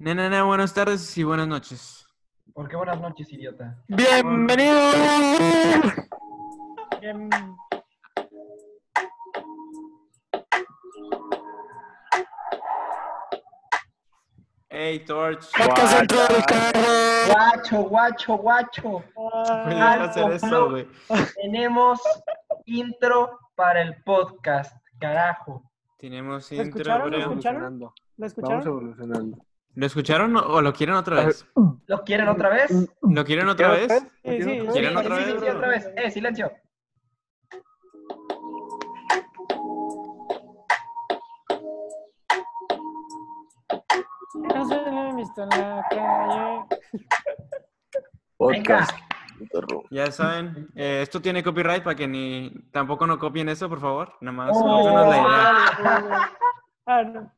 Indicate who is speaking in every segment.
Speaker 1: Nenana, buenas tardes y buenas noches.
Speaker 2: ¿Por qué buenas noches, idiota?
Speaker 3: Bienvenido.
Speaker 1: Hey, Torch.
Speaker 3: Podcast dentro del carro.
Speaker 2: Guacho, guacho, guacho.
Speaker 1: Voy
Speaker 2: Ah,
Speaker 1: a hacer eso, güey.
Speaker 2: Tenemos intro para el podcast, carajo.
Speaker 1: Tenemos
Speaker 4: ¿Lo
Speaker 1: intro,
Speaker 4: escucharon? ¿Lo
Speaker 1: bro.
Speaker 4: escucharon? ¿Lo
Speaker 3: Vamos
Speaker 4: escucharon?
Speaker 3: evolucionando.
Speaker 1: ¿Lo escucharon o- o lo quieren otra vez?
Speaker 2: ¿Lo quieren otra vez?
Speaker 3: Mm,
Speaker 2: Sí,
Speaker 1: ¿Lo quieren otra vez?
Speaker 4: Ah, pues, Sí, sí, sí.
Speaker 1: ¿Quieren
Speaker 2: sí,
Speaker 1: otra
Speaker 2: sí,
Speaker 1: vez,
Speaker 2: sí,
Speaker 1: bro?
Speaker 2: otra vez. Eh, silencio.
Speaker 4: No se lo he visto en la calle.
Speaker 2: Venga.
Speaker 3: Podcast. perro.
Speaker 1: Ya saben, eh, esto tiene copyright para que ni tampoco no copien eso, por favor. Nada más.
Speaker 2: Oh.
Speaker 1: cópienos la idea.
Speaker 4: Ah, no.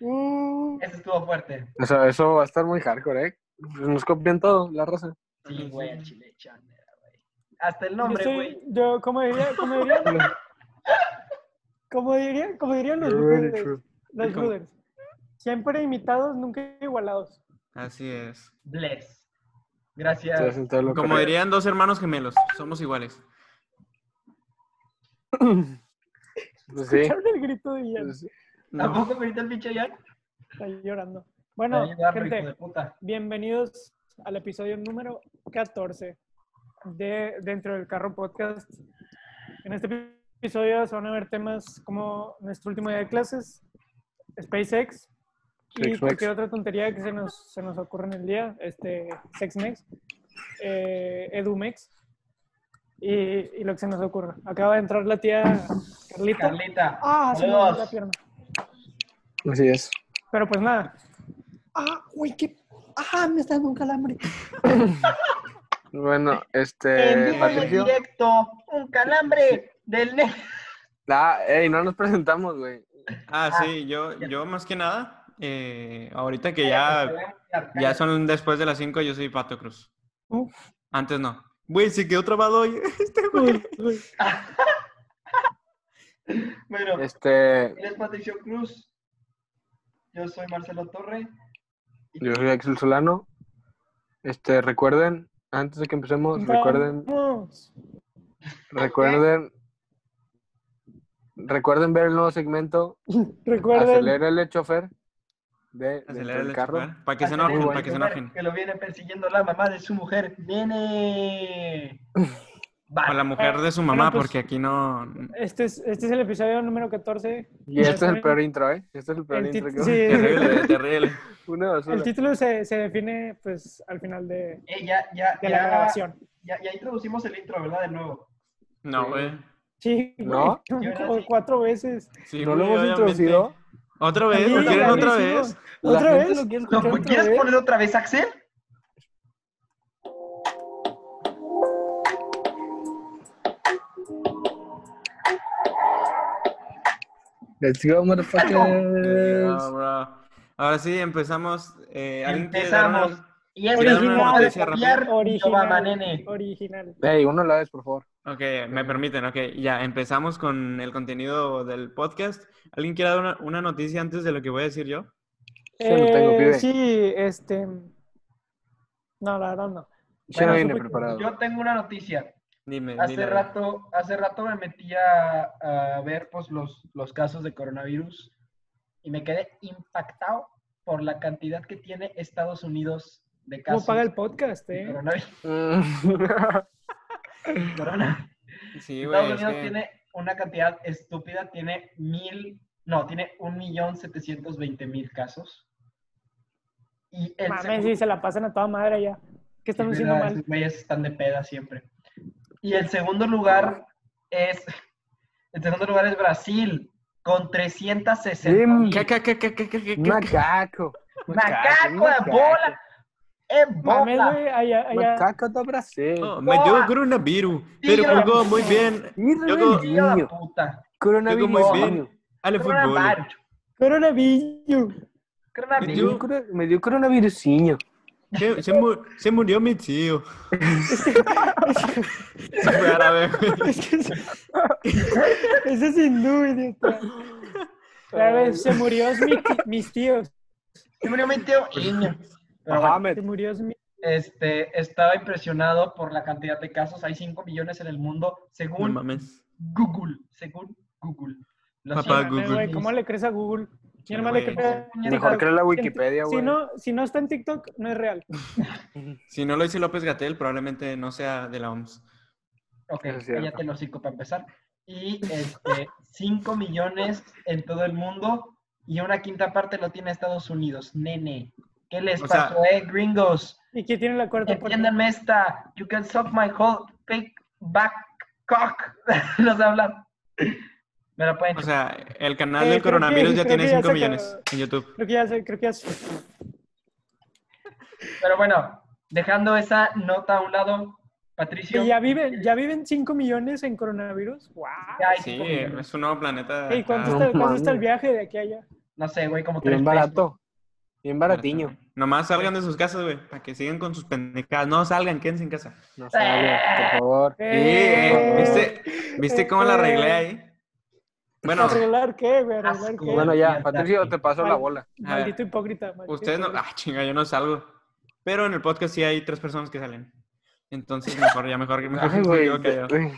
Speaker 4: Uh,
Speaker 2: Eso estuvo fuerte.
Speaker 3: O sea, eso va a estar muy hardcore, ¿eh? Nos copian todo, la raza.
Speaker 2: Sí, güey, al chile, chandera, güey. Hasta el
Speaker 4: yo
Speaker 2: nombre,
Speaker 4: estoy-
Speaker 2: güey.
Speaker 4: yo, como diría, como diría, como diría, como dirían los
Speaker 3: Very
Speaker 4: brothers,
Speaker 3: true.
Speaker 4: los
Speaker 1: ¿Cómo?
Speaker 4: brothers. Siempre imitados, nunca igualados.
Speaker 1: Así es.
Speaker 2: Bless.
Speaker 3: Se
Speaker 2: Gracias.
Speaker 3: hacen todo lo
Speaker 1: Como
Speaker 3: correcto.
Speaker 1: dirían dos hermanos gemelos, somos iguales.
Speaker 3: Pues sí.
Speaker 4: ¿Escucharon el grito de Ian?
Speaker 3: pues sí.
Speaker 1: No.
Speaker 2: ¿Tampoco me grita el pinche ya?
Speaker 4: Está llorando. Bueno, gente,
Speaker 2: hijo de puta.
Speaker 4: Bienvenidos al episodio número 14 de Dentro del Carro Podcast. En este episodio se van a ver temas como nuestro último día de clases, SpaceX y
Speaker 3: SpaceX.
Speaker 4: cualquier otra tontería que se nos, se nos ocurra en el día, este, SexMex, eh, EduMex y, y lo que se nos ocurra. Acaba de entrar la tía Carlita.
Speaker 2: Carlita.
Speaker 4: Ah, se me
Speaker 2: saludos.
Speaker 4: dobló la pierna.
Speaker 3: Así es.
Speaker 4: Pero pues nada,
Speaker 5: Ah, uy, qué. Ah, me está dando un calambre.
Speaker 3: Bueno,
Speaker 2: En
Speaker 3: este,
Speaker 2: vivo y en
Speaker 3: Patricio.
Speaker 2: directo. Un calambre del ne...
Speaker 3: Ah, ey, no nos presentamos, güey.
Speaker 1: Ah, sí, yo, yo más que nada, eh, ahorita que ya Ya
Speaker 2: Cállate.
Speaker 1: son después de las 5, yo soy Pato Cruz.
Speaker 4: Uh.
Speaker 1: Antes no. Güey, se quedó trabado hoy. Este güey.
Speaker 2: Bueno,
Speaker 3: Este,
Speaker 2: Él es Patricio Cruz. Yo soy Marcelo Torre.
Speaker 3: yo soy Axel Solano. Este, recuerden, antes de que empecemos, recuerden,
Speaker 4: vamos.
Speaker 3: recuerden, recuerden ver el nuevo segmento
Speaker 4: Recuerden.
Speaker 3: Acelérale, el chofer de dentro
Speaker 1: Acelera
Speaker 3: del
Speaker 1: el
Speaker 3: carro.
Speaker 1: chofer. Para que se
Speaker 2: Hasta
Speaker 1: enojen,
Speaker 2: luego,
Speaker 3: bueno.
Speaker 1: para que se
Speaker 2: chofer,
Speaker 1: enojen.
Speaker 2: Que lo viene persiguiendo la mamá de su mujer. ¡Nene!
Speaker 1: O la
Speaker 2: Va.
Speaker 1: mujer de su
Speaker 4: Bueno,
Speaker 1: mamá,
Speaker 4: pues-
Speaker 1: porque aquí no.
Speaker 4: Este es, este es el episodio número 14.
Speaker 3: Y este es el
Speaker 4: Recuerden-
Speaker 3: peor intro, ¿eh? Este es el peor
Speaker 4: El
Speaker 3: intro
Speaker 4: tit-
Speaker 3: que sí.
Speaker 1: Terrible, terrible.
Speaker 3: Una basura.
Speaker 4: El título se, se define pues al final de,
Speaker 2: Eh, ya, ya,
Speaker 4: de
Speaker 2: ya,
Speaker 4: la grabación.
Speaker 2: ya, ya introducimos el intro, ¿verdad? De nuevo.
Speaker 1: No,
Speaker 3: Sí.
Speaker 1: güey.
Speaker 4: Sí, güey,
Speaker 3: ¿No?
Speaker 4: como cuatro veces.
Speaker 1: Sí,
Speaker 3: ¿No
Speaker 1: güey,
Speaker 3: lo hemos
Speaker 1: obviamente.
Speaker 3: introducido?
Speaker 1: ¿Otra vez? ¿Lo
Speaker 4: Sí,
Speaker 1: quieren
Speaker 4: ya
Speaker 1: otra
Speaker 4: lo
Speaker 1: vez?
Speaker 4: hicimos. ¿Otra
Speaker 3: La gente
Speaker 4: vez?
Speaker 3: lo quiere
Speaker 2: ¿Lo
Speaker 3: escuchar otra
Speaker 2: quieres
Speaker 3: vez.
Speaker 2: poner otra vez, Axel?
Speaker 3: Let's go,
Speaker 1: Yeah,
Speaker 3: motherfuckers.
Speaker 1: ah, bro. Ahora sí, empezamos. Eh, ¿alguien quiere dar
Speaker 2: Empezamos.
Speaker 1: una-
Speaker 2: Y es
Speaker 4: Original.
Speaker 2: que no de
Speaker 1: Noticia rápida.
Speaker 2: copiar
Speaker 4: Original.
Speaker 2: Obama, nene.
Speaker 4: Original.
Speaker 3: Ey, uno a la vez, por favor.
Speaker 1: Ok, me permiten, ok. Ya, empezamos con el contenido del podcast. ¿Alguien quiere dar una, una noticia antes de lo que voy a decir yo?
Speaker 3: Sí, lo tengo,
Speaker 4: Eh,
Speaker 3: pibe.
Speaker 4: sí, este. No, la verdad no.
Speaker 3: Yo no
Speaker 2: Bueno,
Speaker 3: vine
Speaker 4: supe-
Speaker 3: preparado.
Speaker 2: Yo tengo una noticia.
Speaker 1: Dime.
Speaker 2: Hace
Speaker 1: dila.
Speaker 2: rato, hace rato me metí a, a ver pues, los, los casos de coronavirus y me quedé impactado por la cantidad que tiene Estados Unidos de
Speaker 4: ¿Cómo
Speaker 2: casos.
Speaker 4: paga el podcast,
Speaker 2: de
Speaker 4: eh?
Speaker 2: coronavirus?
Speaker 3: Mm.
Speaker 2: Corona.
Speaker 1: Sí, güey.
Speaker 2: Estados
Speaker 1: es
Speaker 2: Unidos
Speaker 1: que-
Speaker 2: tiene una cantidad estúpida, tiene mil, no, tiene un millón setecientos veinte mil casos. Y el
Speaker 4: Mames,
Speaker 2: segundo-
Speaker 4: sí, se la pasan a toda madre ya. ¿Qué están
Speaker 2: Es
Speaker 4: haciendo
Speaker 2: verdad,
Speaker 4: mal?
Speaker 2: esos güeyes están de peda siempre. Y el segundo lugar es. El segundo lugar es Brasil, con 360.
Speaker 3: Bien,
Speaker 2: mil.
Speaker 1: ¿Qué, qué, qué, qué, qué, qué, qué?
Speaker 3: Macaco.
Speaker 2: ¡Macaco de bola! ¡En
Speaker 4: Mames,
Speaker 2: bola!
Speaker 4: güey, allá, allá.
Speaker 3: Macaco de Brasil.
Speaker 1: Oh, me dio
Speaker 2: Boa.
Speaker 1: coronavirus,
Speaker 2: Sí,
Speaker 1: pero
Speaker 2: yo la
Speaker 1: jugó
Speaker 2: puse.
Speaker 1: muy bien
Speaker 3: Mira,
Speaker 1: Yo-
Speaker 2: ¡Tío de
Speaker 3: niño.
Speaker 2: puta!
Speaker 3: Coronavirus.
Speaker 1: muy bien.
Speaker 3: niño.
Speaker 1: al fútbol.
Speaker 2: Coronavirus.
Speaker 4: Coronavirus.
Speaker 3: Me
Speaker 2: Coronavirus.
Speaker 3: dio, coro- me dio coronavirusinho.
Speaker 1: Se, se mu- se murió mi tío. Se fue árabe, güey.
Speaker 4: Es que ese ese es hindú, idiota. La vez se murió es mi ti- mis tíos.
Speaker 2: Se murió mi tío Iño. Pero bueno,
Speaker 4: Se murió Smith.
Speaker 2: este, estaba impresionado por la cantidad de casos. Hay 5 millones en el mundo,
Speaker 1: No
Speaker 2: según
Speaker 1: mames.
Speaker 2: Google. Según Google. Lo
Speaker 1: Papá
Speaker 2: siento,
Speaker 1: Google.
Speaker 4: Güey, ¿Cómo le crees a Google? ¿Quién
Speaker 1: Sí,
Speaker 4: más le
Speaker 1: güey.
Speaker 4: cree? a-
Speaker 3: Mejor cree la Wikipedia, güey.
Speaker 4: Si no, si no está en TikTok, no es real.
Speaker 1: Si no lo dice López Gatel, probablemente no sea de la OMS.
Speaker 2: Ok,
Speaker 3: Eso es cierto.
Speaker 2: cállate el hocico para empezar. Y este, 5 millones en todo el mundo y una quinta parte lo tiene Estados Unidos. Nene, ¿qué les
Speaker 1: O sea-
Speaker 2: pasó, eh, gringos?
Speaker 4: ¿Y quién tiene la cuarta parte?
Speaker 2: Entiéndanme esta. You can suck my whole big back cock. Los hablan. Me la pueden
Speaker 1: O sea, el canal
Speaker 4: Eh,
Speaker 1: del
Speaker 4: creo
Speaker 1: coronavirus
Speaker 4: que-
Speaker 1: ya
Speaker 4: creo
Speaker 1: tiene
Speaker 4: que ya
Speaker 1: 5
Speaker 4: se
Speaker 1: millones
Speaker 4: acabó.
Speaker 1: en YouTube.
Speaker 4: Creo que ya sé, creo que ya sé.
Speaker 2: Pero bueno, dejando esa nota a un lado, Patricio.
Speaker 4: ¿Y ya viven, ya viven 5 millones en coronavirus. ¡Wow!
Speaker 2: ya hay
Speaker 1: Sí,
Speaker 2: cinco millones.
Speaker 1: es un nuevo planeta.
Speaker 4: Ey, ¿cuánto,
Speaker 1: acá.
Speaker 4: está, cuánto
Speaker 3: mames.
Speaker 4: está el viaje de aquí a allá?
Speaker 2: No sé, güey, como tres
Speaker 3: Bien
Speaker 2: pesos.
Speaker 3: barato. Bien baratiño.
Speaker 1: Nomás salgan de sus casas, güey, para que sigan con sus pendejadas. No salgan, quédense en casa.
Speaker 3: No sale, por favor.
Speaker 1: Eh,
Speaker 4: ¡Eh!
Speaker 1: ¿viste, ¿Viste cómo la arreglé
Speaker 4: Eh.
Speaker 1: ahí? Bueno,
Speaker 4: ¿Arreglar qué, güey? ¿Arreglar
Speaker 2: Asco.
Speaker 4: qué?
Speaker 3: Bueno, ya, Patricio, te paso
Speaker 4: Ay.
Speaker 3: la bola.
Speaker 4: Maldito hipócrita. maldito
Speaker 1: ustedes no.
Speaker 4: hipócrita.
Speaker 1: Ah, chinga, yo no salgo. Pero en el podcast sí hay tres personas que salen. Entonces, mejor, ya mejor que mejor
Speaker 3: Ay,
Speaker 1: que
Speaker 3: güey.
Speaker 1: yo que yo.
Speaker 3: Ay,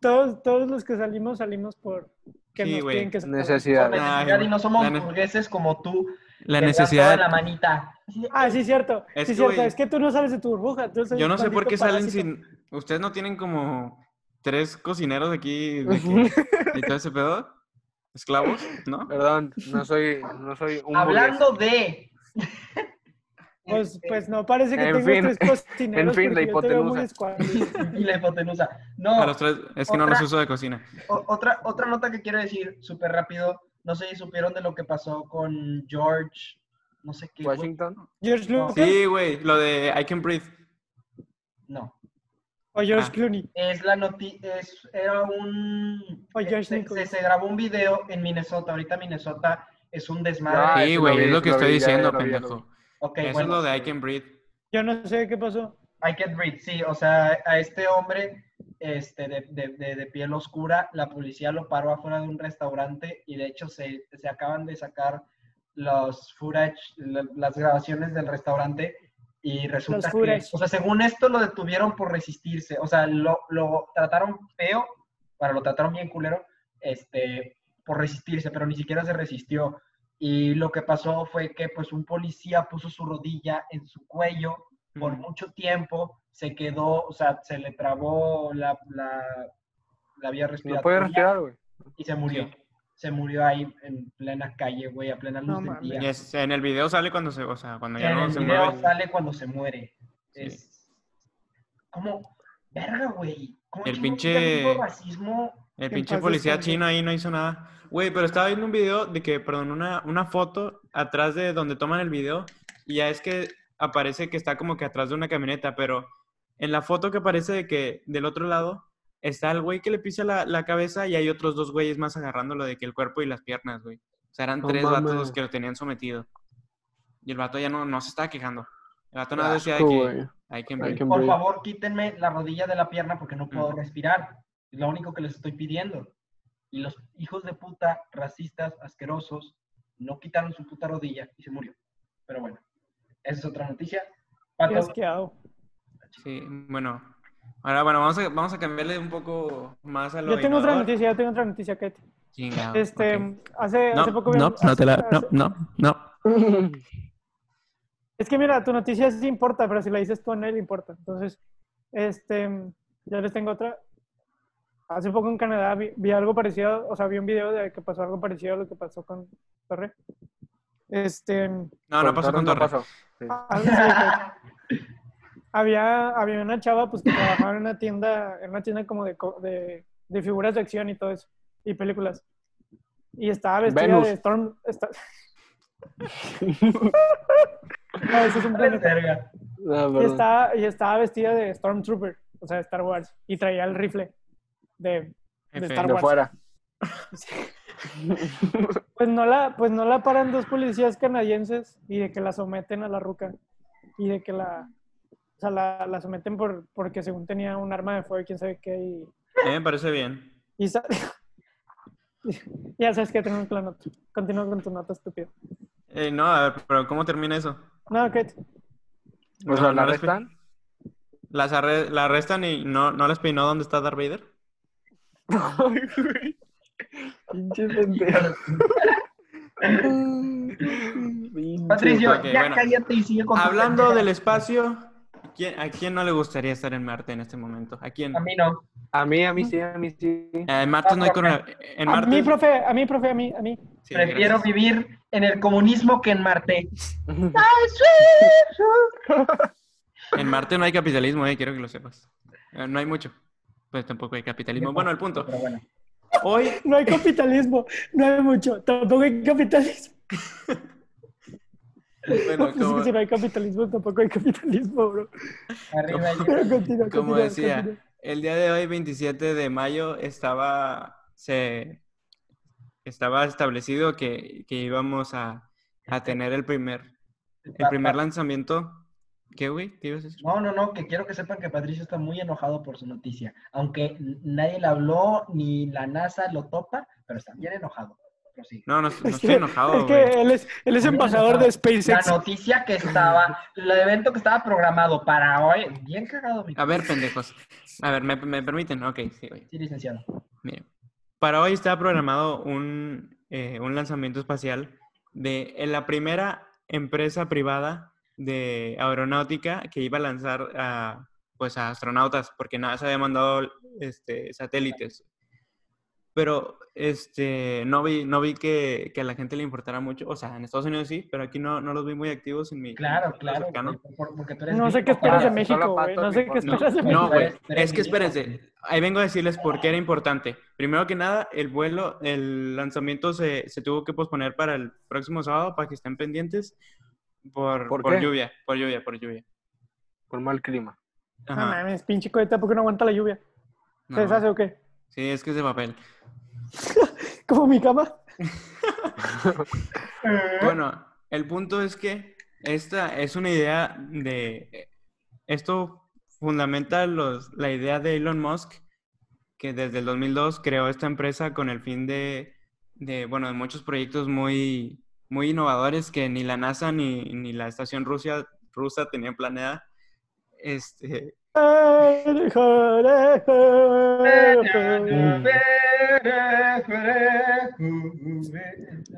Speaker 4: Todos, todos los que salimos, salimos por que
Speaker 1: Sí,
Speaker 4: nos
Speaker 1: güey.
Speaker 4: piden que salgamos.
Speaker 2: Por
Speaker 3: Necesidad.
Speaker 2: necesidad
Speaker 1: Ay,
Speaker 2: y no somos
Speaker 1: la ne-
Speaker 2: burgueses como tú.
Speaker 1: La
Speaker 2: que le dan
Speaker 1: necesidad.
Speaker 2: toda la manita.
Speaker 4: Ah, sí, cierto.
Speaker 1: Es
Speaker 4: sí,
Speaker 1: que,
Speaker 4: cierto.
Speaker 1: güey,
Speaker 4: Es que tú no sales de tu burbuja. tú eres
Speaker 1: Yo no sé
Speaker 4: Pues, maldito
Speaker 1: por qué salen
Speaker 4: parásito.
Speaker 1: sin. Ustedes no tienen como tres cocineros aquí de que- y todo ese pedo. Esclavos, ¿no?
Speaker 3: Perdón, no soy, no soy un
Speaker 2: Hablando de. Este,
Speaker 4: Pues, pues no, parece que
Speaker 3: En
Speaker 4: tengo
Speaker 3: fin.
Speaker 4: tres cocineros.
Speaker 3: En fin,
Speaker 4: porque
Speaker 3: la
Speaker 4: yo te veo muy
Speaker 3: hipotenusa.
Speaker 4: escuálido.
Speaker 2: y la hipotenusa.
Speaker 1: A
Speaker 2: No,
Speaker 1: los tres. Es que no los
Speaker 2: Otra.
Speaker 1: uso de cocina.
Speaker 2: o- otra, otra nota que quiero decir súper rápido. No sé si supieron de lo que pasó con George. No sé qué. güey.
Speaker 3: Washington.
Speaker 4: George
Speaker 2: No.
Speaker 4: Lucas
Speaker 1: Sí, güey. Lo de I can breathe.
Speaker 2: No.
Speaker 4: o George
Speaker 1: Ah.
Speaker 4: Clooney.
Speaker 2: Es la noti es, era un.
Speaker 4: Oye,
Speaker 2: se-
Speaker 4: George
Speaker 2: se,
Speaker 4: Nichols.
Speaker 2: se grabó un video en Minnesota. Ahorita Minnesota es un desmadre.
Speaker 3: Ah,
Speaker 1: Sí,
Speaker 3: eso
Speaker 1: güey.
Speaker 3: lo vi,
Speaker 1: Es lo
Speaker 3: eso
Speaker 1: que
Speaker 3: lo
Speaker 1: estoy
Speaker 3: vi, ya, ya
Speaker 1: diciendo,
Speaker 3: lo vi, ya lo
Speaker 1: pendejo.
Speaker 2: Ok,
Speaker 1: Eso es
Speaker 2: bueno.
Speaker 1: lo de I can breathe.
Speaker 4: Yo no sé qué pasó.
Speaker 2: I can breathe, sí, o sea, a este hombre este, de, de- de- de piel oscura, la policía lo paró afuera de un restaurante y de hecho se, se acaban de sacar los footage, la- las grabaciones del restaurante y resulta
Speaker 4: Los
Speaker 2: que,
Speaker 4: footage.
Speaker 2: o sea, según esto lo detuvieron por resistirse, o sea, lo, lo trataron feo, para lo trataron bien culero, este, por resistirse, pero ni siquiera se resistió. Y lo que pasó fue que pues un policía puso su rodilla en su cuello por
Speaker 1: Mm.
Speaker 2: mucho tiempo se quedó, o sea, se le trabó la, la, la vía
Speaker 3: No
Speaker 2: respiratoria
Speaker 3: puede respirar, güey.
Speaker 2: y se murió. Se murió ahí en plena calle, güey, a plena luz
Speaker 4: No
Speaker 2: del
Speaker 4: mames.
Speaker 2: día.
Speaker 1: Y es- en el video sale cuando se. O sea, cuando ya
Speaker 2: en
Speaker 1: no
Speaker 2: el
Speaker 1: se
Speaker 2: video
Speaker 1: mueve.
Speaker 2: sale cuando se muere.
Speaker 1: Sí.
Speaker 2: Es como, verga, güey. ¿Cómo
Speaker 1: El
Speaker 2: chingados
Speaker 1: pinche-
Speaker 2: llega el mismo racismo?
Speaker 1: El
Speaker 4: Que en
Speaker 1: pinche
Speaker 4: paz
Speaker 1: policía
Speaker 4: descanse.
Speaker 1: chino ahí no hizo nada. Güey, pero estaba viendo un video de que, perdón, una, una foto atrás de donde toman el video y ya es que aparece que está como que atrás de una camioneta, pero en la foto que aparece de que del otro lado está el güey que le pisa la, la cabeza y hay otros dos güeyes más agarrándolo de que el cuerpo y las piernas, güey. O sea, eran
Speaker 3: No
Speaker 1: tres vatos los
Speaker 3: mames.
Speaker 1: que lo tenían sometido. Y el vato ya no, no se estaba quejando. El vato
Speaker 3: Qué
Speaker 1: nada decía de
Speaker 3: asco,
Speaker 1: que
Speaker 3: güey.
Speaker 1: hay que...
Speaker 3: Ay, qué
Speaker 2: Por
Speaker 3: hombre.
Speaker 2: favor, quítenme la rodilla de la pierna porque no puedo
Speaker 1: Ujú.
Speaker 2: respirar. Es lo único que les estoy pidiendo. Y los hijos de puta, racistas, asquerosos, no quitaron su puta rodilla y se murió. Pero bueno, esa es otra noticia. Pato,
Speaker 4: Qué asqueado.
Speaker 1: Sí, bueno. Ahora, bueno, vamos a, vamos a cambiarle un poco más a lo
Speaker 4: Yo tengo otra
Speaker 1: innovador.
Speaker 4: noticia, yo tengo otra noticia, Kate.
Speaker 1: Chingado,
Speaker 4: Este,
Speaker 1: ok.
Speaker 4: hace, hace poco... vi- hace- hace-
Speaker 1: no, no.
Speaker 4: Es que mira, tu noticia sí importa, pero si la dices tú a él, importa. Entonces, este, ya les tengo otra. Hace poco en Canadá vi, vi algo parecido, o sea, vi un video de que pasó algo parecido a lo que pasó con Torre. Este,
Speaker 1: No, no pasó con
Speaker 3: no
Speaker 1: Torre.
Speaker 3: pasó. Sí.
Speaker 4: algo así de que había, había una chava pues, que trabajaba en una tienda, en una tienda como de, co- de, de figuras de acción y todo eso, y películas. Y estaba vestida
Speaker 3: Venus.
Speaker 4: de Storm. esta- no, ese es un
Speaker 2: vale,
Speaker 4: planeta.
Speaker 2: verga.
Speaker 3: No,
Speaker 4: Y
Speaker 3: Ah, perdón.
Speaker 4: estaba, y estaba vestida de Stormtrooper, o sea, de Star Wars, y traía el rifle de...
Speaker 1: F. eh,
Speaker 4: Star
Speaker 3: De
Speaker 4: Wars.
Speaker 3: fuera.
Speaker 4: Pues no la, pues no la paran dos policías canadienses y de que la someten a la ruca. Y de que la... O sea, la, la someten por, porque según tenía un arma de fuego y quién sabe qué, y...
Speaker 1: Eh, me parece bien.
Speaker 4: y sa- Ya sabes que tenemos la nota. Continúa con tu nota, estúpido.
Speaker 1: Eh, no, a ver, pero ¿cómo termina eso?
Speaker 4: No, Kate.
Speaker 3: O sea,
Speaker 1: No,
Speaker 3: Pues, la
Speaker 1: no respe-
Speaker 3: restan.
Speaker 1: Las arre- la arrestan y no, no les peinó dónde está Darth Vader.
Speaker 3: Ay, güey. Pinche pendejo. Pinche-
Speaker 2: Patricio,
Speaker 1: ok,
Speaker 2: ya
Speaker 1: bueno.
Speaker 2: cállate y sigue con tu
Speaker 1: Hablando
Speaker 2: pendejada.
Speaker 1: del espacio, ¿quién- ¿a quién no le gustaría estar en Marte en este momento? ¿A quién?
Speaker 2: A mí no.
Speaker 3: A mí, a mí sí, a mí sí.
Speaker 1: Eh, en Marte no hay
Speaker 2: Ah, profe.
Speaker 1: corona- En
Speaker 4: A
Speaker 1: Marte.
Speaker 4: mí, profe, a mí, profe, a mí, a mí.
Speaker 1: Sí,
Speaker 2: Prefiero
Speaker 1: gracias.
Speaker 2: vivir en el comunismo que en Marte.
Speaker 1: En Marte no hay capitalismo, eh, quiero que lo sepas. Eh, no hay mucho. Pues tampoco hay capitalismo. Bueno, el punto.
Speaker 2: Pero bueno.
Speaker 1: Hoy,
Speaker 4: No hay capitalismo, no hay mucho. Tampoco hay capitalismo.
Speaker 1: bueno,
Speaker 4: Pues es
Speaker 1: como,
Speaker 4: que si no hay capitalismo, tampoco hay capitalismo, bro.
Speaker 2: Arriba ahí.
Speaker 4: Pero
Speaker 1: como
Speaker 4: continúa, continúa,
Speaker 1: decía,
Speaker 4: continúa.
Speaker 1: el día de hoy, 27 de mayo, estaba, se, estaba establecido que, que íbamos a, a tener el primer, el primer lanzamiento. ¿Qué, güey? ¿Qué ibas a decir?
Speaker 2: No, no, no, que quiero que sepan que Patricio está muy enojado por su noticia. Aunque n- nadie le habló, ni la NASA lo topa, pero está bien enojado. Pero sí.
Speaker 1: No, no, no
Speaker 4: Es
Speaker 1: estoy
Speaker 4: que-
Speaker 1: enojado,
Speaker 4: Es
Speaker 1: güey.
Speaker 4: que él es, él es embajador de
Speaker 2: La
Speaker 4: SpaceX.
Speaker 2: noticia que estaba, el evento que estaba programado para hoy, bien cagado, mi
Speaker 1: A ver, pendejos. A ver, ¿me, me permiten? Ok, sí, güey.
Speaker 2: Sí, licenciado.
Speaker 1: Miren, para hoy está programado un, eh, un lanzamiento espacial de eh, la primera empresa privada de aeronáutica que iba a lanzar a, pues, a astronautas, porque NASA había mandado este, satélites. Pero este, no vi, no vi que, que a la gente le importara mucho. O sea, en Estados Unidos sí, pero aquí no, no los vi muy activos en mi en mi
Speaker 2: Claro,
Speaker 1: círculo
Speaker 2: claro.
Speaker 1: cercano.
Speaker 2: güey, por- porque tú eres
Speaker 4: No sé
Speaker 2: rico,
Speaker 4: qué esperas de
Speaker 2: para-
Speaker 4: México, güey. No sé qué
Speaker 1: No,
Speaker 4: esperas de
Speaker 1: no,
Speaker 4: México.
Speaker 1: güey.
Speaker 2: Espérenme,
Speaker 1: Es que espérense.
Speaker 2: hijo.
Speaker 1: Ahí vengo a decirles por qué era importante. Primero que nada, el vuelo, el lanzamiento se, se tuvo que posponer para el próximo sábado para que estén pendientes por,
Speaker 3: ¿Por
Speaker 1: por
Speaker 3: qué?
Speaker 1: lluvia, por lluvia, por lluvia.
Speaker 3: Por mal clima.
Speaker 4: No
Speaker 1: Ajá.
Speaker 4: mames, pinche cohete, ¿por qué no aguanta la lluvia? ¿Se
Speaker 1: No.
Speaker 4: deshace o qué?
Speaker 1: Sí, es que es de papel.
Speaker 4: ¿Como mi cama?
Speaker 1: Bueno, el punto es que esta es una idea de... eh, Esto fundamenta los, la idea de Elon Musk, que desde el 2002 creó esta empresa con el fin de, de, bueno, de muchos proyectos muy, muy innovadores que ni la NASA ni, ni la estación Rusia, rusa tenían planeada. Este,
Speaker 4: Ay, joder, joder.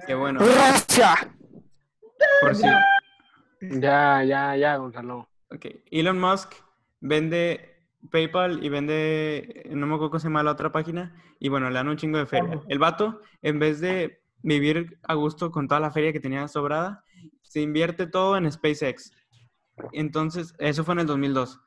Speaker 1: que bueno,
Speaker 5: ¡Gracias!
Speaker 1: por si...
Speaker 3: Ya, ya, ya, Gonzalo.
Speaker 1: Ok, Elon Musk vende PayPal y vende, no me acuerdo cómo se llama la otra página, y bueno, le dan un chingo de feria. El vato, en vez de vivir a gusto con toda la feria que tenía sobrada, se invierte todo en SpaceX. Entonces, eso fue en el 2002.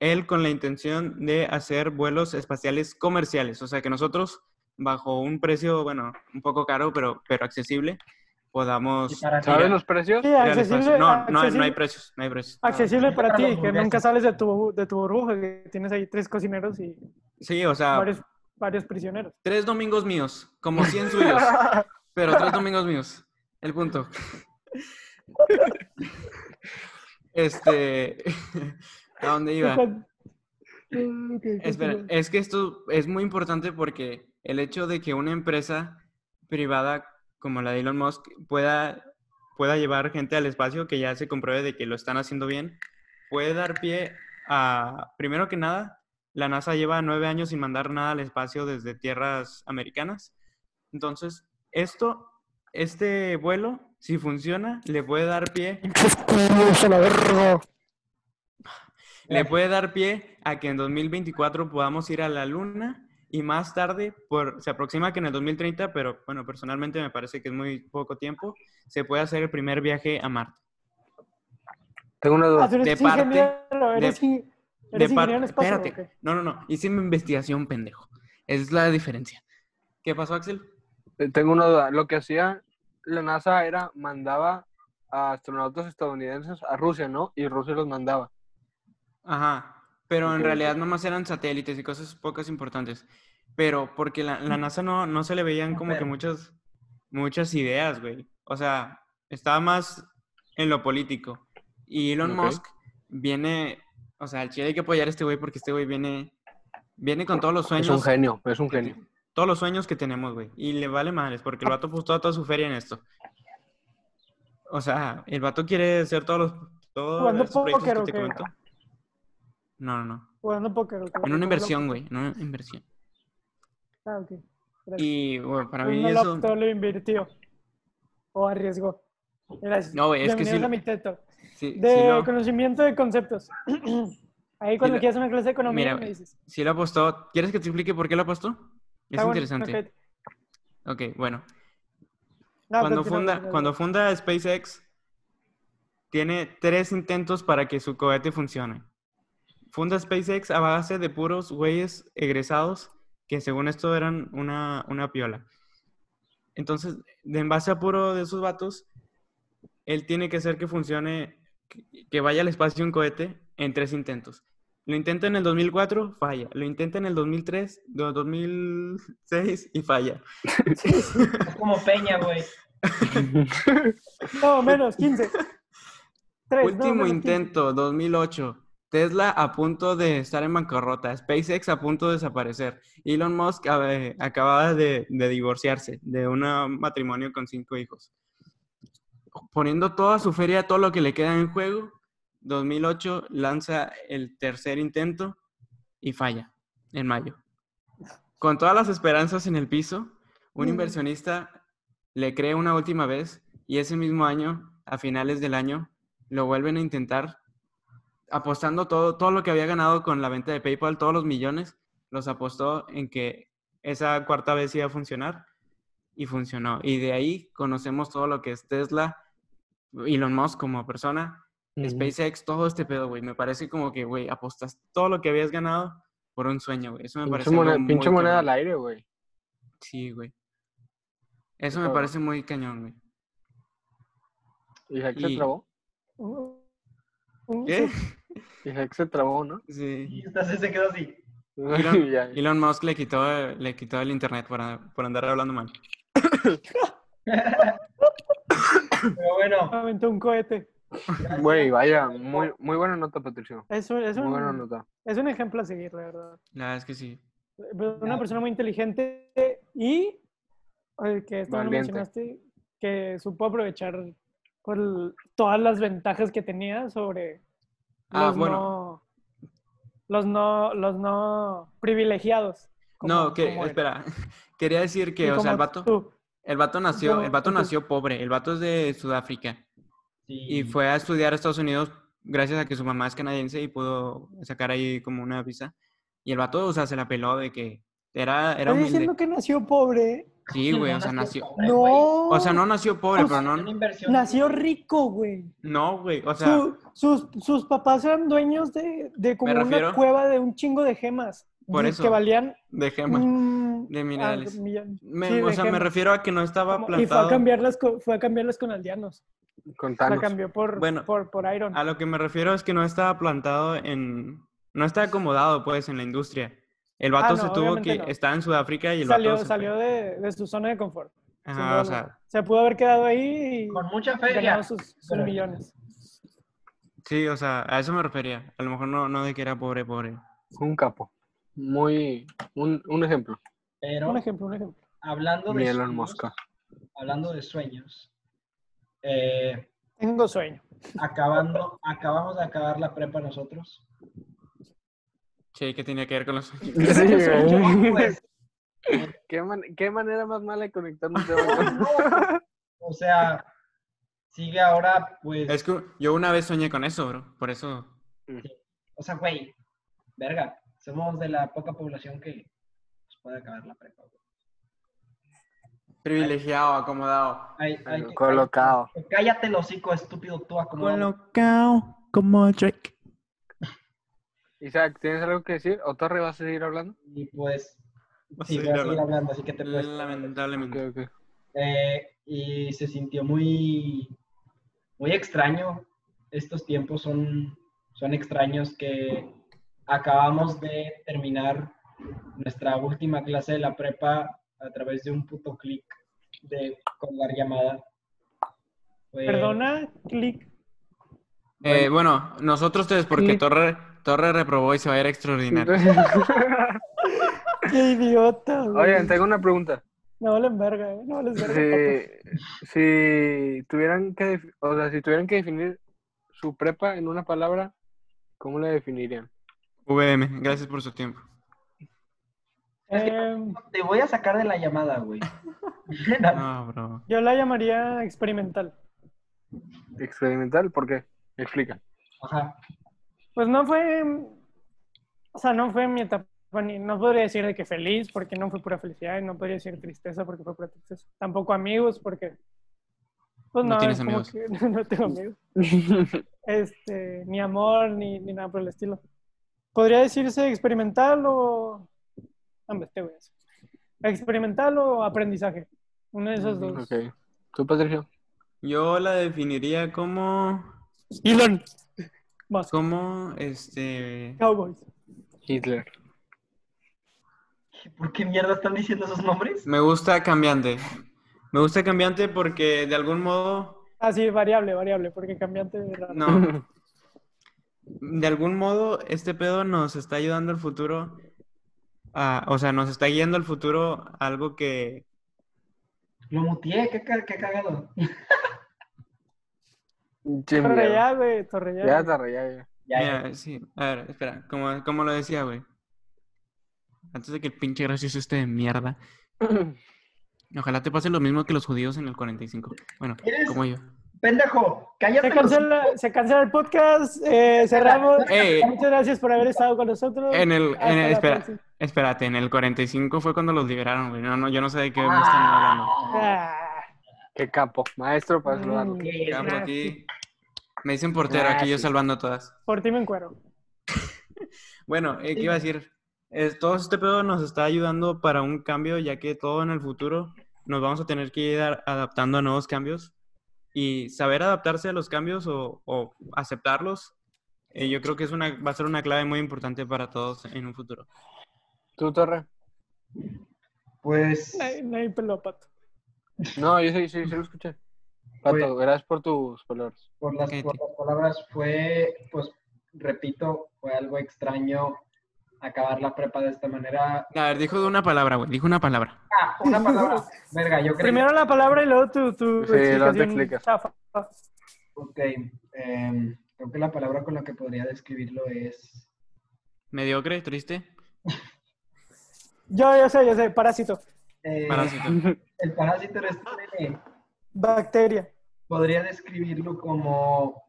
Speaker 1: Él con la intención de hacer vuelos espaciales comerciales, o sea que nosotros, bajo un precio, bueno, un poco caro, pero, pero accesible, podamos...
Speaker 2: Y para ti,
Speaker 3: ¿Sabes
Speaker 1: Mira.
Speaker 3: los precios?
Speaker 4: Sí,
Speaker 1: ir al espacio.
Speaker 4: accesible,
Speaker 1: No, no, hay- no hay
Speaker 4: accesible,
Speaker 1: precios, no hay precios.
Speaker 4: accesible para ti, que
Speaker 2: hamburguesas.
Speaker 4: nunca sales de tu, de tu burbuja, que tienes ahí tres cocineros y
Speaker 1: Sí, o sea,
Speaker 4: varios, varios prisioneros.
Speaker 1: Tres domingos míos, como 100 suyos, pero tres domingos míos. El punto. Este, ¿a dónde iba?
Speaker 4: Ok,
Speaker 1: Espera,
Speaker 4: continúa.
Speaker 1: es que esto es muy importante porque el hecho de que una empresa privada como la de Elon Musk pueda, pueda llevar gente al espacio, que ya se compruebe de que lo están haciendo bien, puede dar pie a, primero que nada, la NASA lleva nueve años sin mandar nada al espacio desde tierras americanas. Entonces, esto, este vuelo, si funciona, le puede dar pie
Speaker 5: ¡Curioso, la verga!
Speaker 1: le puede dar pie a que en 2024 podamos ir a la luna y más tarde, por, se aproxima que en el 2030, pero bueno, personalmente me parece que es muy poco tiempo, se puede hacer el primer viaje a Marte.
Speaker 3: Tengo una
Speaker 4: Ah,
Speaker 3: duda.
Speaker 4: tú eres
Speaker 1: de parte-
Speaker 4: ingeniero, eres,
Speaker 1: de-
Speaker 4: in- eres
Speaker 1: par-
Speaker 4: ingeniero en espacio.
Speaker 1: Espérate,
Speaker 4: ¿o qué?
Speaker 1: no, no, no, hice mi investigación, pendejo. Esa es la diferencia. ¿Qué pasó, Axel?
Speaker 3: Eh, Tengo una duda. Lo que hacía la NASA era mandaba a astronautas estadounidenses a Rusia, ¿no? Y Rusia los mandaba.
Speaker 1: Ajá, pero en
Speaker 3: Ok.
Speaker 1: realidad nomás eran satélites y cosas pocas importantes. Pero porque la, la NASA no, no se le veían como que
Speaker 2: Pero-
Speaker 1: muchas, muchas ideas, güey. O sea, estaba más en lo político. Y Elon
Speaker 3: Ok.
Speaker 1: Musk viene, o sea, al chile hay que apoyar a este güey porque este güey viene, viene con todos los
Speaker 3: Es un
Speaker 1: sueños
Speaker 3: genio, es un genio.
Speaker 1: todos los sueños que tenemos, güey. Y le vale madres, porque el vato puso toda su feria en esto. O sea, el vato quiere hacer todos los todos
Speaker 4: ¿Jugando
Speaker 1: esos proyectos
Speaker 4: póker
Speaker 1: que
Speaker 4: o
Speaker 1: te
Speaker 4: qué?
Speaker 1: comento. No, no, no.
Speaker 4: Jugando póker. ¿ok?
Speaker 1: En una inversión, güey. En una inversión.
Speaker 4: Ah, ok. Gracias.
Speaker 1: Y, güey, para mí
Speaker 4: Uno
Speaker 1: eso...
Speaker 4: lo, lo invirtió. O arriesgó. Gracias.
Speaker 1: No, güey, es que sí
Speaker 4: Bienvenidos
Speaker 1: lo-
Speaker 4: a mi teto.
Speaker 1: Sí,
Speaker 4: De
Speaker 1: sí lo-
Speaker 4: conocimiento de conceptos. Ahí cuando
Speaker 1: lo-
Speaker 4: quieras una clase de economía
Speaker 1: Mira,
Speaker 4: me
Speaker 1: güey,
Speaker 4: dices. Ah,
Speaker 1: sí lo apostó. ¿Quieres que te explique por qué lo apostó? Es interesante. ok, bueno. cuando, funda, cuando funda SpaceX, tiene tres intentos para que su cohete funcione. Funda SpaceX a base de puros güeyes egresados que según esto eran una, una piola. Entonces, de en base a puro de esos vatos, él tiene que hacer que funcione, que- que vaya al espacio un cohete en tres intentos. Lo intenta en el 2004, falla. Lo intenta en el 2003, do- 2006 y falla.
Speaker 2: Es como Peña, güey.
Speaker 4: No, menos 15. Tres, no,
Speaker 1: Último
Speaker 4: menos 15.
Speaker 1: intento, 2008. Tesla a punto de estar en bancarrota. SpaceX a punto de desaparecer. Elon Musk eh, acababa de, de divorciarse de una- un matrimonio con cinco hijos. Poniendo toda su feria, todo lo que le queda en juego, 2008 lanza el tercer intento y falla en mayo. Con todas las esperanzas en el piso, un
Speaker 4: Mm.
Speaker 1: inversionista le cree una última vez y ese mismo año, a finales del año, lo vuelven a intentar apostando todo, todo lo que había ganado con la venta de PayPal, todos los millones, los apostó en que esa cuarta vez iba a funcionar y funcionó. Y de ahí conocemos todo lo que es Tesla, Elon Musk como persona, SpaceX, todo este pedo, güey. Me parece como que, güey, apostas todo lo que habías ganado por un sueño, güey. Eso me
Speaker 3: Pinche
Speaker 1: parece
Speaker 3: moneda,
Speaker 1: algo muy
Speaker 3: pinche moneda
Speaker 1: cabrón.
Speaker 3: al aire, güey.
Speaker 1: Sí, güey. Eso me
Speaker 3: cabrón.
Speaker 1: parece muy cañón, güey.
Speaker 3: Y Hex
Speaker 1: Y-
Speaker 3: se trabó.
Speaker 4: Un- un-
Speaker 1: ¿Qué?
Speaker 4: sí.
Speaker 3: Y Hex se trabó, ¿no?
Speaker 1: Sí.
Speaker 2: Y entonces se quedó así.
Speaker 1: Elon,
Speaker 3: Ya.
Speaker 1: Elon Musk le quitó, eh, le quitó el internet por, a- por andar hablando mal.
Speaker 2: Pero bueno,
Speaker 4: Aventó un cohete.
Speaker 3: Güey, vaya, muy, muy buena nota, Patricio.
Speaker 4: Es un, es,
Speaker 3: Muy buena
Speaker 4: un,
Speaker 3: nota.
Speaker 4: es un ejemplo a seguir, la verdad.
Speaker 1: La verdad es que sí.
Speaker 4: Pero Una
Speaker 2: Ya.
Speaker 4: persona muy inteligente y eh, que esto no lo
Speaker 3: Valiente.
Speaker 4: mencionaste, que supo aprovechar por el- todas las ventajas que tenía sobre
Speaker 1: Ah,
Speaker 4: los,
Speaker 1: bueno.
Speaker 4: no, los no los no privilegiados. como-
Speaker 1: no, que,
Speaker 4: como él.
Speaker 1: espera. Quería decir
Speaker 4: Y
Speaker 1: que, o sea,
Speaker 4: como
Speaker 1: el vato,
Speaker 4: tú.
Speaker 1: el vato nació,
Speaker 4: como
Speaker 1: el vato
Speaker 4: tú.
Speaker 1: nació pobre. El vato es de Sudáfrica
Speaker 2: sí.
Speaker 1: y fue a estudiar a Estados Unidos gracias a que su mamá es canadiense y pudo sacar ahí como una visa. Y el vato, o sea, se la peló de que era, era
Speaker 4: ¿Estás
Speaker 1: humilde.
Speaker 4: diciendo que nació pobre?
Speaker 1: Sí, güey, o sea, nació.
Speaker 2: pobre, güey.
Speaker 4: no.
Speaker 1: O sea, no nació pobre,
Speaker 4: O
Speaker 1: pero
Speaker 2: Una
Speaker 1: no.
Speaker 2: inversión.
Speaker 4: Nació rico, güey.
Speaker 1: No, güey, o sea,
Speaker 4: Su- sus, sus papás eran dueños de, de como una
Speaker 1: refiero-
Speaker 4: cueva de un chingo de gemas.
Speaker 1: Por
Speaker 4: de-
Speaker 1: eso.
Speaker 4: Que valían
Speaker 1: de gema.
Speaker 4: Mm,
Speaker 1: de minerales.
Speaker 4: un millón.
Speaker 1: Me-
Speaker 4: Sí,
Speaker 1: o
Speaker 4: de
Speaker 1: sea, me
Speaker 4: gemas.
Speaker 1: refiero a que no estaba
Speaker 4: Como- Y fue a
Speaker 1: plantado.
Speaker 4: cambiarlas con, fue a cambiarlas con aldeanos.
Speaker 3: Con
Speaker 4: La
Speaker 3: Thanos.
Speaker 4: cambió por,
Speaker 1: Bueno,
Speaker 4: por, por Iron.
Speaker 1: A lo que me refiero es que no estaba plantado en. No está acomodado, pues, en la industria. El vato
Speaker 4: Ah,
Speaker 1: se
Speaker 4: no,
Speaker 1: tuvo
Speaker 4: obviamente
Speaker 1: que.
Speaker 4: no.
Speaker 1: Estaba en Sudáfrica y el
Speaker 4: salió
Speaker 1: vato. se fue.
Speaker 4: salió de, de su zona de confort. sin
Speaker 1: Ajá, o
Speaker 4: duda alguna.
Speaker 1: sea,
Speaker 4: se pudo haber quedado ahí y
Speaker 2: Con mucha
Speaker 4: ganado
Speaker 2: feria.
Speaker 4: sus, sus
Speaker 2: Pero-
Speaker 4: millones.
Speaker 1: sí, o sea, a eso me refería. A lo mejor no, no de que era pobre, pobre.
Speaker 3: Un capo. Muy. Un, un ejemplo.
Speaker 2: Pero
Speaker 4: Un ejemplo, un ejemplo.
Speaker 2: hablando
Speaker 3: Mi
Speaker 2: de
Speaker 3: Elon
Speaker 2: sueños,
Speaker 3: Musk.
Speaker 2: hablando de sueños eh,
Speaker 4: Tengo sueño.
Speaker 2: acabando, acabamos de acabar la prepa nosotros.
Speaker 1: Sí, que tenía que ver con los.
Speaker 3: Sí, güey.
Speaker 2: No, pues,
Speaker 3: ¿Qué, man- qué manera más mala de conectarnos de
Speaker 2: o sea, sigue ahora, pues,
Speaker 1: Es que yo una vez soñé con eso, bro. Por eso.
Speaker 2: o sea, güey, verga, somos de la poca población que pues, puede acabar la prepa. güey.
Speaker 1: Privilegiado, acomodado.
Speaker 2: Hay- hay que-
Speaker 3: Colocado.
Speaker 2: cállate el hocico, estúpido, tú acomodado.
Speaker 1: Colocado como Drake.
Speaker 3: Isaac, ¿tienes algo que decir? ¿O Torre vas a seguir hablando?
Speaker 2: Y pues,
Speaker 1: Va a
Speaker 2: sí,
Speaker 1: seguir
Speaker 2: voy a seguir
Speaker 1: hablando.
Speaker 2: hablando, así que te puedes.
Speaker 1: Lamentablemente.
Speaker 3: Ok, ok.
Speaker 2: Eh, y se sintió muy, muy extraño. Estos tiempos son, son extraños que acabamos de terminar nuestra última clase de la prepa a través de un puto clic de colgar llamada. Fue-
Speaker 4: Perdona, clic.
Speaker 1: Eh, bueno, nosotros tres, porque
Speaker 3: Sí.
Speaker 1: Torre, Torre reprobó y se va a ir a extraordinario.
Speaker 4: Qué idiota, güey.
Speaker 3: Oigan, tengo una pregunta.
Speaker 4: No valen verga, eh. No valen verga.
Speaker 3: Si, si tuvieran que, def- o sea, si tuvieran que definir su prepa en una palabra, ¿cómo la definirían?
Speaker 1: VM, gracias por su tiempo.
Speaker 2: Es que-
Speaker 4: Em,
Speaker 2: Te voy a sacar de la llamada, güey. Neta,
Speaker 1: No, bro.
Speaker 4: yo la llamaría experimental.
Speaker 3: Experimental, ¿por qué? Explica.
Speaker 2: Ajá.
Speaker 4: Pues no fue, mm, o sea, no fue mi etapa, ni, no podría decir de que feliz, porque no fue pura felicidad, y no podría decir tristeza, porque fue pura tristeza. Tampoco amigos, porque, pues
Speaker 1: No
Speaker 4: no,
Speaker 1: tienes
Speaker 4: es como
Speaker 1: amigos.
Speaker 4: que no tengo amigos.
Speaker 3: Pues
Speaker 4: Este, ni amor, ni, ni nada por el estilo. Podría decirse experimental o... Hombre, este güey es- Experimental o aprendizaje. Una de
Speaker 1: Mm,
Speaker 4: esas dos.
Speaker 3: ok. ¿Tú, Patricio?
Speaker 1: Yo la definiría como.
Speaker 4: Elon. Musk.
Speaker 1: Como este.
Speaker 4: Cowboys.
Speaker 3: Hitler.
Speaker 2: ¿Por qué mierda están diciendo esos nombres?
Speaker 1: Me gusta cambiante. Me gusta cambiante porque de algún modo.
Speaker 4: Ah, sí, variable, variable, porque cambiante de raro.
Speaker 1: No. De algún modo, este pedo nos está ayudando al futuro. a- o sea, nos está guiando al futuro a algo que.
Speaker 2: Lo muteé, qué, ca- qué cagado.
Speaker 3: Jim Lear.
Speaker 4: Torrellá, güey, Torrellá.
Speaker 3: Ya, tarde, ya, ya.
Speaker 2: Ya, ya.
Speaker 1: Mira, sí. A ver, espera. Como, como lo decía, güey. Antes de que el pinche gracioso este de mierda. Ojalá te pase lo mismo que los judíos en el 45. Bueno,
Speaker 2: ¿Eres-
Speaker 1: como yo.
Speaker 2: Pendejo, cállate.
Speaker 4: Se
Speaker 2: los-
Speaker 4: cancela, se cancela el podcast, eh, cerramos.
Speaker 1: Ey.
Speaker 4: Muchas gracias por haber estado con nosotros.
Speaker 1: En el,
Speaker 4: Hasta
Speaker 1: en el-
Speaker 4: la
Speaker 1: espera,
Speaker 4: próxima.
Speaker 1: espérate, en el 45 fue cuando los liberaron, güey. No, no, yo no sé de qué me están hablando.
Speaker 2: Ah,
Speaker 4: Ah,
Speaker 3: Qué capo. Maestro para saludarlo.
Speaker 4: mm,
Speaker 2: qué
Speaker 1: Capo
Speaker 4: gracias.
Speaker 1: aquí. Me dicen portero, aquí yo
Speaker 3: Gracias.
Speaker 1: salvando todas.
Speaker 4: Por ti me encuero.
Speaker 1: Bueno, eh, ¿qué iba a decir? Es- todo este pedo nos está ayudando para un cambio, ya que todo en el futuro nos vamos a tener que ir a- adaptando a nuevos cambios. Y saber adaptarse a los cambios o, o aceptarlos, eh, yo creo que es una, va a ser una clave muy importante para todos en un futuro.
Speaker 3: ¿Tú, Torre?
Speaker 2: Pues,
Speaker 4: No hay, no hay pelo, pato.
Speaker 3: No, yo sí, sí, sí lo escuché. Pato, gracias por tus palabras.
Speaker 2: por las,
Speaker 1: cállate.
Speaker 2: por las palabras, fue, pues, repito, fue algo extraño acabar la prepa de esta manera.
Speaker 1: A ver, dijo una palabra, güey, dijo una palabra.
Speaker 2: Ah, una palabra. Verga, yo creo.
Speaker 4: Primero la palabra y luego tu, tu
Speaker 3: Sí, luego te
Speaker 4: explicación
Speaker 3: explicas.
Speaker 4: chafa.
Speaker 2: Ok, em, creo que la palabra con la que podría describirlo es.
Speaker 1: Mediocre, triste,
Speaker 4: Yo, yo sé, yo sé, parásito.
Speaker 2: eh,
Speaker 1: parásito.
Speaker 2: El parásito eres tú, nene.
Speaker 4: Bacteria.
Speaker 2: podría describirlo como,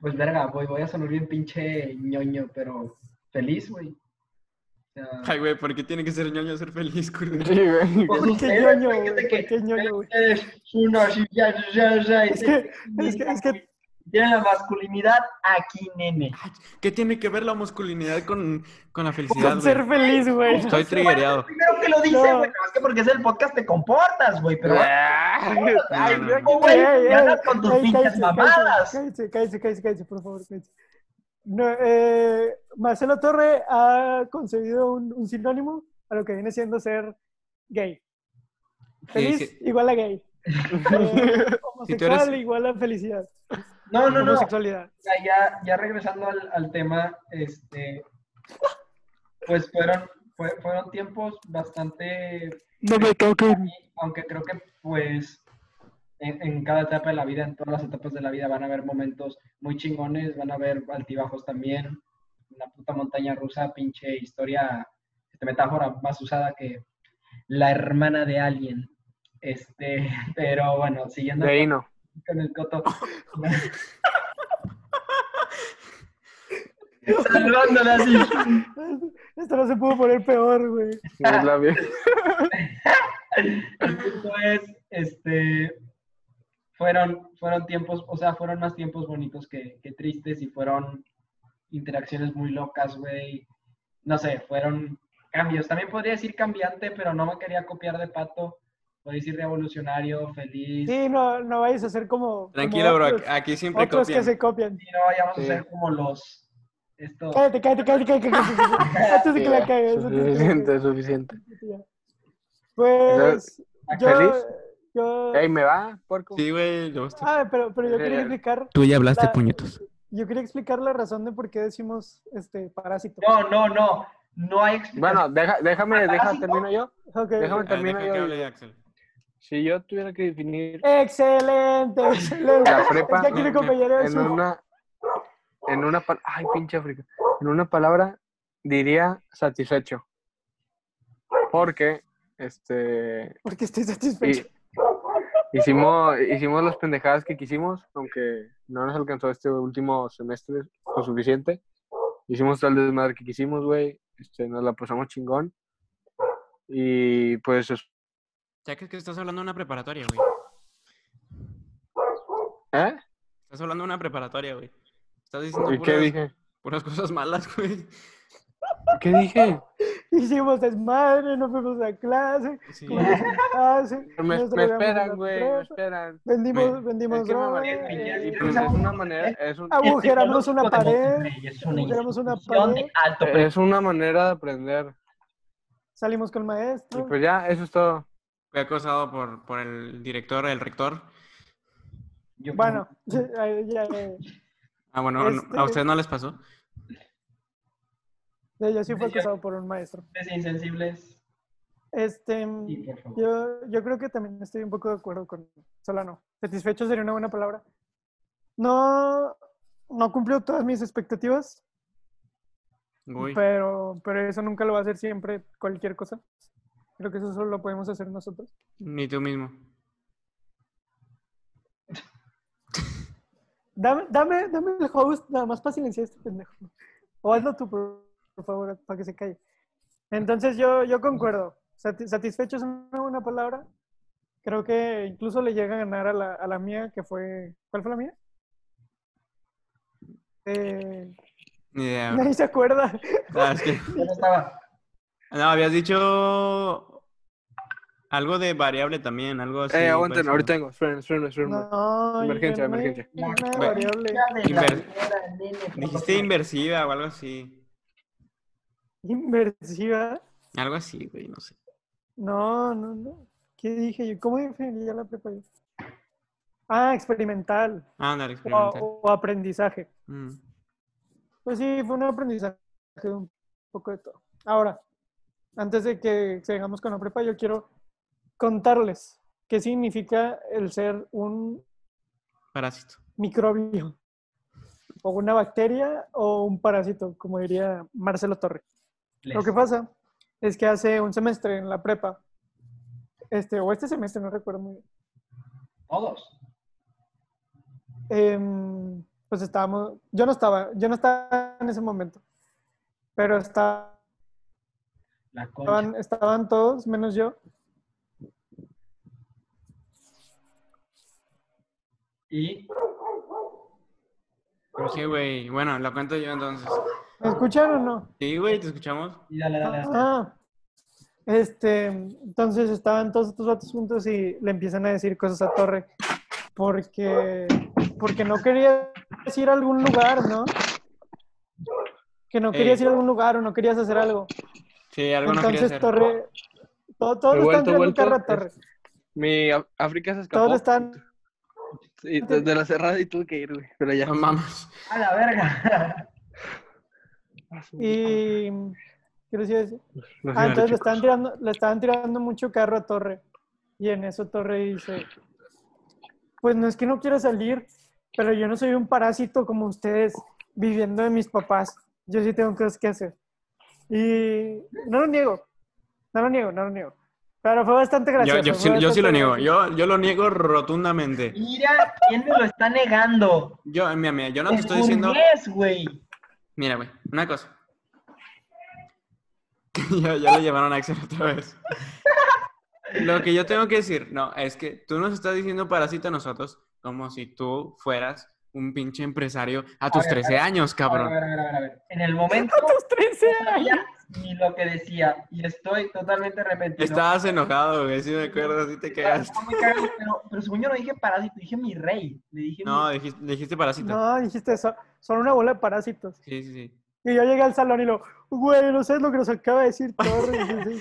Speaker 2: pues verga, güey, voy a sonar bien pinche ñoño, pero feliz, güey. O sea,
Speaker 1: Ay, güey, ¿por qué tiene que ser ñoño ser feliz, culero?
Speaker 3: Sí, güey.
Speaker 2: pues,
Speaker 4: qué
Speaker 2: ustedes,
Speaker 4: ñoño,
Speaker 2: güey,
Speaker 4: güey?
Speaker 2: que-
Speaker 4: ¿Por qué ñoño, güey?
Speaker 2: Ustedes, unos y ya, ya, ya, y
Speaker 4: Es
Speaker 2: tienen
Speaker 4: que-
Speaker 2: la
Speaker 4: es que- es que-
Speaker 2: Tienen la masculinidad aquí, nene.
Speaker 1: ¿Qué tiene que ver la masculinidad con, con la felicidad,
Speaker 4: Con ser
Speaker 1: güey?
Speaker 4: feliz, güey.
Speaker 1: Estoy triggereado.
Speaker 2: Primero que lo dice,
Speaker 4: No.
Speaker 2: güey, no, es que porque es el podcast te comportas, güey, pero...
Speaker 4: Ah,
Speaker 2: Ay,
Speaker 1: no,
Speaker 2: luego, güey, ya andas con tus pinches mamadas.
Speaker 4: Cállate, cállate, cállate, cállate, por favor, cállate. No, eh, Marcelo Torre ha concebido un, un sinónimo a lo que viene siendo ser gay. Feliz
Speaker 1: Sí, sí.
Speaker 4: igual a gay. Eh, homosexual
Speaker 1: eres-
Speaker 4: igual a felicidad.
Speaker 2: No, no, no.
Speaker 4: Homosexualidad.
Speaker 2: O sea, ya, ya regresando al, al tema, este, pues fueron, fue- fueron tiempos bastante,
Speaker 4: No me toquen.
Speaker 2: aunque creo que pues en, en cada etapa de la vida, en todas las etapas de la vida van a haber momentos muy chingones, van a haber altibajos también, una puta montaña rusa, pinche historia, esta metáfora más usada que la hermana de alguien. Este, pero bueno, siguiendo
Speaker 3: De ahí no.
Speaker 2: con el coto. Salvándola así.
Speaker 4: Esto no se pudo poner peor, güey.
Speaker 3: No es la vida.
Speaker 2: El punto es, este, fueron, fueron tiempos, o sea, fueron más tiempos bonitos que, que tristes y fueron interacciones muy locas, güey. No sé, fueron cambios. También podría decir cambiante, pero no me quería copiar de pato. Podría decir revolucionario, feliz.
Speaker 4: Sí, no, no vayas a ser como.
Speaker 1: Tranquilo,
Speaker 4: como
Speaker 1: bro,
Speaker 4: otros-
Speaker 1: aquí siempre
Speaker 4: pues, Otros que
Speaker 1: copian.
Speaker 4: se copian.
Speaker 2: Y no vayamos
Speaker 3: Sí.
Speaker 2: a ser como los, estos,
Speaker 4: Cállate, cállate, cállate, cállate. cállate, cállate. Antes de que la cagues. antes de que la
Speaker 3: Suficiente,
Speaker 4: cagues.
Speaker 3: suficiente.
Speaker 4: Pues. Yo.
Speaker 3: ¿Feliz?
Speaker 4: yo
Speaker 3: Ey, ¿me va, puerco?
Speaker 1: Sí, güey, lo vas a-
Speaker 4: ah, pero, pero yo quería
Speaker 3: Eh,
Speaker 4: explicar.
Speaker 1: Tú ya hablaste,
Speaker 4: la-
Speaker 1: puñetos.
Speaker 4: Yo quería explicar la razón de por qué decimos este parásito.
Speaker 2: No, no, no. No hay explicación.
Speaker 3: Bueno, deja- déjame, deja,
Speaker 2: ¿Básico?
Speaker 3: termino yo.
Speaker 4: Ok.
Speaker 3: Déjame
Speaker 1: Ah, deja
Speaker 3: terminar
Speaker 1: que
Speaker 3: yo.
Speaker 1: hable de Axel.
Speaker 3: Si yo tuviera que definir
Speaker 4: Excelente, excelente.
Speaker 3: La prepa,
Speaker 4: Es Eh, que aquí mi compañero es
Speaker 3: en
Speaker 4: un-
Speaker 3: una, en una, pal- ay, pinche África, en una palabra diría satisfecho. Porque, este,
Speaker 4: Porque estoy satisfecho.
Speaker 3: hi- hicimos, hicimos las pendejadas que quisimos, aunque no nos alcanzó este último semestre lo suficiente. Hicimos todo el desmadre que quisimos, güey, este, nos la pasamos chingón. Y pues, es-
Speaker 1: Ya que, que estás hablando de una preparatoria, güey.
Speaker 3: ¿eh?
Speaker 1: Estás hablando de una preparatoria, güey. Estás diciendo
Speaker 3: ¿Y qué
Speaker 1: puras,
Speaker 3: dije?
Speaker 1: puras cosas malas, güey.
Speaker 3: ¿Qué dije?
Speaker 4: Hicimos desmadre, no fuimos a clase,
Speaker 1: Sí.
Speaker 4: comimos en clase,
Speaker 3: Me,
Speaker 4: nos drogamos
Speaker 3: me
Speaker 4: en la
Speaker 3: esperan, güey, me
Speaker 4: prepa,
Speaker 3: esperan.
Speaker 1: Me-
Speaker 4: Vendimos,
Speaker 3: Es
Speaker 4: vendimos
Speaker 3: que me
Speaker 4: droga,
Speaker 3: marqué,
Speaker 4: eh,
Speaker 3: y pues es una manera, es, un-
Speaker 4: Ah, Agujeramos
Speaker 2: Este
Speaker 4: una
Speaker 2: monstruo de
Speaker 4: pared,
Speaker 2: Monterrey Es una
Speaker 4: agujeramos una
Speaker 2: institución
Speaker 4: pared.
Speaker 2: de alto
Speaker 1: Eh,
Speaker 2: pre-
Speaker 3: es una manera de aprender.
Speaker 4: salimos con el
Speaker 3: Y
Speaker 4: maestro.
Speaker 3: pues ya, eso es todo.
Speaker 1: Fui acosado por, por el director, el rector.
Speaker 2: Yo-
Speaker 4: Bueno, ya- ya- ya-
Speaker 1: Ah, bueno, no-
Speaker 4: Este-
Speaker 1: a ustedes no les pasó.
Speaker 4: ya- yo sí fui acusado por un maestro.
Speaker 2: Ustedes insensibles.
Speaker 4: Este,
Speaker 2: Sí, por favor.
Speaker 4: yo, yo creo que también estoy un poco de acuerdo con Solano. Satisfecho sería una buena palabra. No, no cumplió todas mis expectativas,
Speaker 1: Uy.
Speaker 4: pero, pero eso nunca lo va a hacer siempre cualquier cosa. Creo que eso solo lo podemos hacer nosotros.
Speaker 1: Ni tú mismo.
Speaker 4: Dame, dame, dame el host nada más para silenciar a este pendejo. O hazlo tú, por, por favor, para que se calle. Entonces yo, yo concuerdo. Sati- satisfecho es una buena palabra. Creo que incluso le llega a ganar a la, a la mía, que fue... ¿Cuál fue la mía? Eh,
Speaker 1: Ni idea. bro.
Speaker 4: nadie se acuerda.
Speaker 1: Ah, es que-
Speaker 2: Yo no estaba.
Speaker 1: No, habías dicho algo de variable también, algo así.
Speaker 3: eh, aguanten,
Speaker 1: parecido.
Speaker 3: ahorita tengo. Esperen, esperen, esperen.
Speaker 4: No,
Speaker 3: Emergencia,
Speaker 4: yo no-
Speaker 3: emergencia.
Speaker 4: yo no
Speaker 1: Ve-
Speaker 4: variable.
Speaker 2: De la
Speaker 1: Inver-
Speaker 2: primera, nene, por
Speaker 1: Dijiste
Speaker 2: favor.
Speaker 1: inversiva o algo así.
Speaker 4: Inversiva.
Speaker 1: Algo así, güey, no sé.
Speaker 4: No, no, no. ¿Qué dije yo? ¿Cómo definiría la prepa? yo? Ah, experimental.
Speaker 1: Ándale,
Speaker 4: o, a-
Speaker 1: experimental.
Speaker 4: o aprendizaje.
Speaker 1: Mm.
Speaker 4: Pues sí, fue un aprendizaje de un poco de todo. Ahora, antes de que sigamos con la prepa, yo quiero contarles qué significa el ser un
Speaker 1: Parásito.
Speaker 4: microbio o una bacteria o un parásito, como diría Marcelo Torre. Lo que pasa es que hace un semestre en la prepa, este, o este semestre, no recuerdo muy bien,
Speaker 2: Todos.
Speaker 4: em, pues estábamos, yo no estaba, yo no estaba en ese momento, pero estaba
Speaker 2: La concha.
Speaker 4: Estaban, estaban todos, menos yo.
Speaker 2: Y
Speaker 1: Pues Sí, güey. Bueno, lo cuento yo entonces.
Speaker 4: ¿Me escucharon o no?
Speaker 1: Sí, güey, te escuchamos.
Speaker 2: y dale, dale, dale.
Speaker 4: Ah, este, entonces estaban todos estos datos juntos y le empiezan a decir cosas a Torre porque, porque no querías ir a algún lugar, ¿no? Que no
Speaker 1: Ey.
Speaker 4: querías ir a algún lugar o no querías hacer algo.
Speaker 1: Sí, Eh. algo no quería
Speaker 4: Entonces
Speaker 1: hacer.
Speaker 4: Torre, todo- todos le están
Speaker 3: He vuelto,
Speaker 4: tirando
Speaker 3: vuelto,
Speaker 4: carro a
Speaker 3: es-
Speaker 4: Torre.
Speaker 3: Mi Af- África se escapó.
Speaker 4: Todos le están,
Speaker 3: Sí, de, de la cerrada y tuve que ir, güey. Pero ya.
Speaker 1: No mames.
Speaker 2: A la verga.
Speaker 4: y... ¿Qué les iba a decir?
Speaker 3: Lo
Speaker 4: Ah,
Speaker 3: siento,
Speaker 4: entonces le
Speaker 3: chicos.
Speaker 4: estaban, tirando, le estaban tirando mucho carro a Torre. Y en eso Torre dice, pues no es que no quiera salir, pero yo no soy un parásito como ustedes viviendo de mis papás. Yo sí tengo cosas que hacer. Y no lo niego, no lo niego, no lo niego. Pero fue bastante
Speaker 1: Yo,
Speaker 4: gracioso.
Speaker 1: yo,
Speaker 4: fue
Speaker 1: sí, yo sí lo
Speaker 4: bastante
Speaker 1: niego.
Speaker 4: gracioso.
Speaker 1: Yo, yo lo niego rotundamente.
Speaker 2: Mira, ¿quién me lo está negando?
Speaker 1: Yo, mira, mira, yo no te
Speaker 2: El
Speaker 1: estoy diciendo.
Speaker 2: burgués, güey.
Speaker 1: Mira, güey, una cosa. ya, ya le llevaron a Axel otra vez. Lo que yo tengo que decir, no, es que tú nos estás diciendo parásito a nosotros como si tú fueras un pinche empresario a tus
Speaker 2: ver, a
Speaker 1: 13 años,
Speaker 2: A ver, a
Speaker 1: cabrón.
Speaker 2: ver, a ver, a ver. En el momento
Speaker 4: Los 13
Speaker 2: no
Speaker 4: años.
Speaker 2: sabía ni lo que decía y estoy totalmente arrepentido.
Speaker 1: Estabas enojado, güey, si me acuerdo, si te quedaste.
Speaker 2: No me cago, pero, pero según yo no dije parásito, dije mi rey. Le dije
Speaker 1: No,
Speaker 2: mi-
Speaker 1: dijiste, dijiste parásito.
Speaker 4: No, dijiste eso. Son una bola de parásitos.
Speaker 1: Sí, sí, sí.
Speaker 4: Y yo llegué al salón y lo, güey, no sabes lo que nos acaba de decir Torres. Y yo, sí.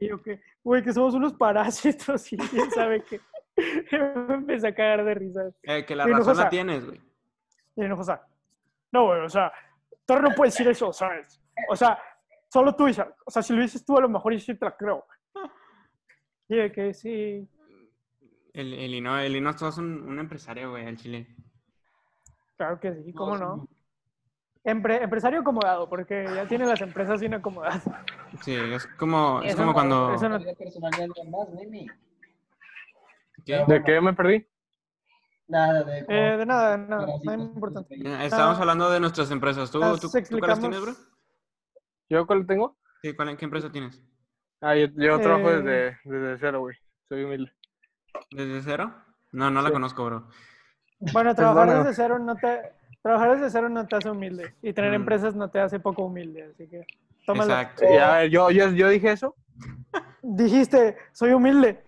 Speaker 4: Y yo, que, güey, que somos unos parásitos y quién sabe qué. Me empecé a cagar de risa.
Speaker 1: Eh, que la
Speaker 4: Sí, no,
Speaker 1: razón
Speaker 4: o sea-
Speaker 1: la tienes, güey.
Speaker 4: Y no, o sea, no, güey, o sea, Torres no puede decir eso, ¿sabes? O sea, Solo tú, Isaac. O sea, si lo dices tú, a lo mejor yo sí te la creo. Y de que sí.
Speaker 1: El, el Ino, el Ino es todo un, un empresario, güey, al chile.
Speaker 4: Claro que sí, ¿cómo no? Empre- empresario acomodado, porque ya tiene las empresas bien acomodadas.
Speaker 1: Sí, es como, es
Speaker 2: Eso
Speaker 1: como
Speaker 2: no-
Speaker 1: cuando...
Speaker 4: eso no-
Speaker 2: Vida personal de alguien más, Mimi.
Speaker 1: ¿Qué?
Speaker 3: ¿De qué me perdí?
Speaker 2: Nada de.
Speaker 4: Eh, de nada, de nada,
Speaker 2: Gracias.
Speaker 4: nada importante.
Speaker 1: Eh, Estábamos
Speaker 4: Ah,
Speaker 1: hablando de nuestras empresas. ¿Tú,
Speaker 4: las
Speaker 1: tú, tú cuáles tienes, bro?
Speaker 4: explicamos-
Speaker 3: ¿Yo cuál tengo?
Speaker 1: Sí, ¿cuál- ¿qué empresa tienes?
Speaker 3: Ah, yo, yo trabajo
Speaker 4: Eh.
Speaker 3: desde, desde cero, güey. Soy humilde.
Speaker 1: ¿Desde cero? No, no la
Speaker 3: Sí.
Speaker 1: conozco, bro.
Speaker 4: Bueno, trabajar
Speaker 3: Perdóname.
Speaker 4: desde cero no te trabajar desde cero no te hace humilde y tener
Speaker 1: Mm.
Speaker 4: empresas no te hace poco humilde, así que tómala.
Speaker 1: Exacto.
Speaker 3: Y a ver, yo, yo, yo dije eso.
Speaker 4: Dijiste, soy humilde.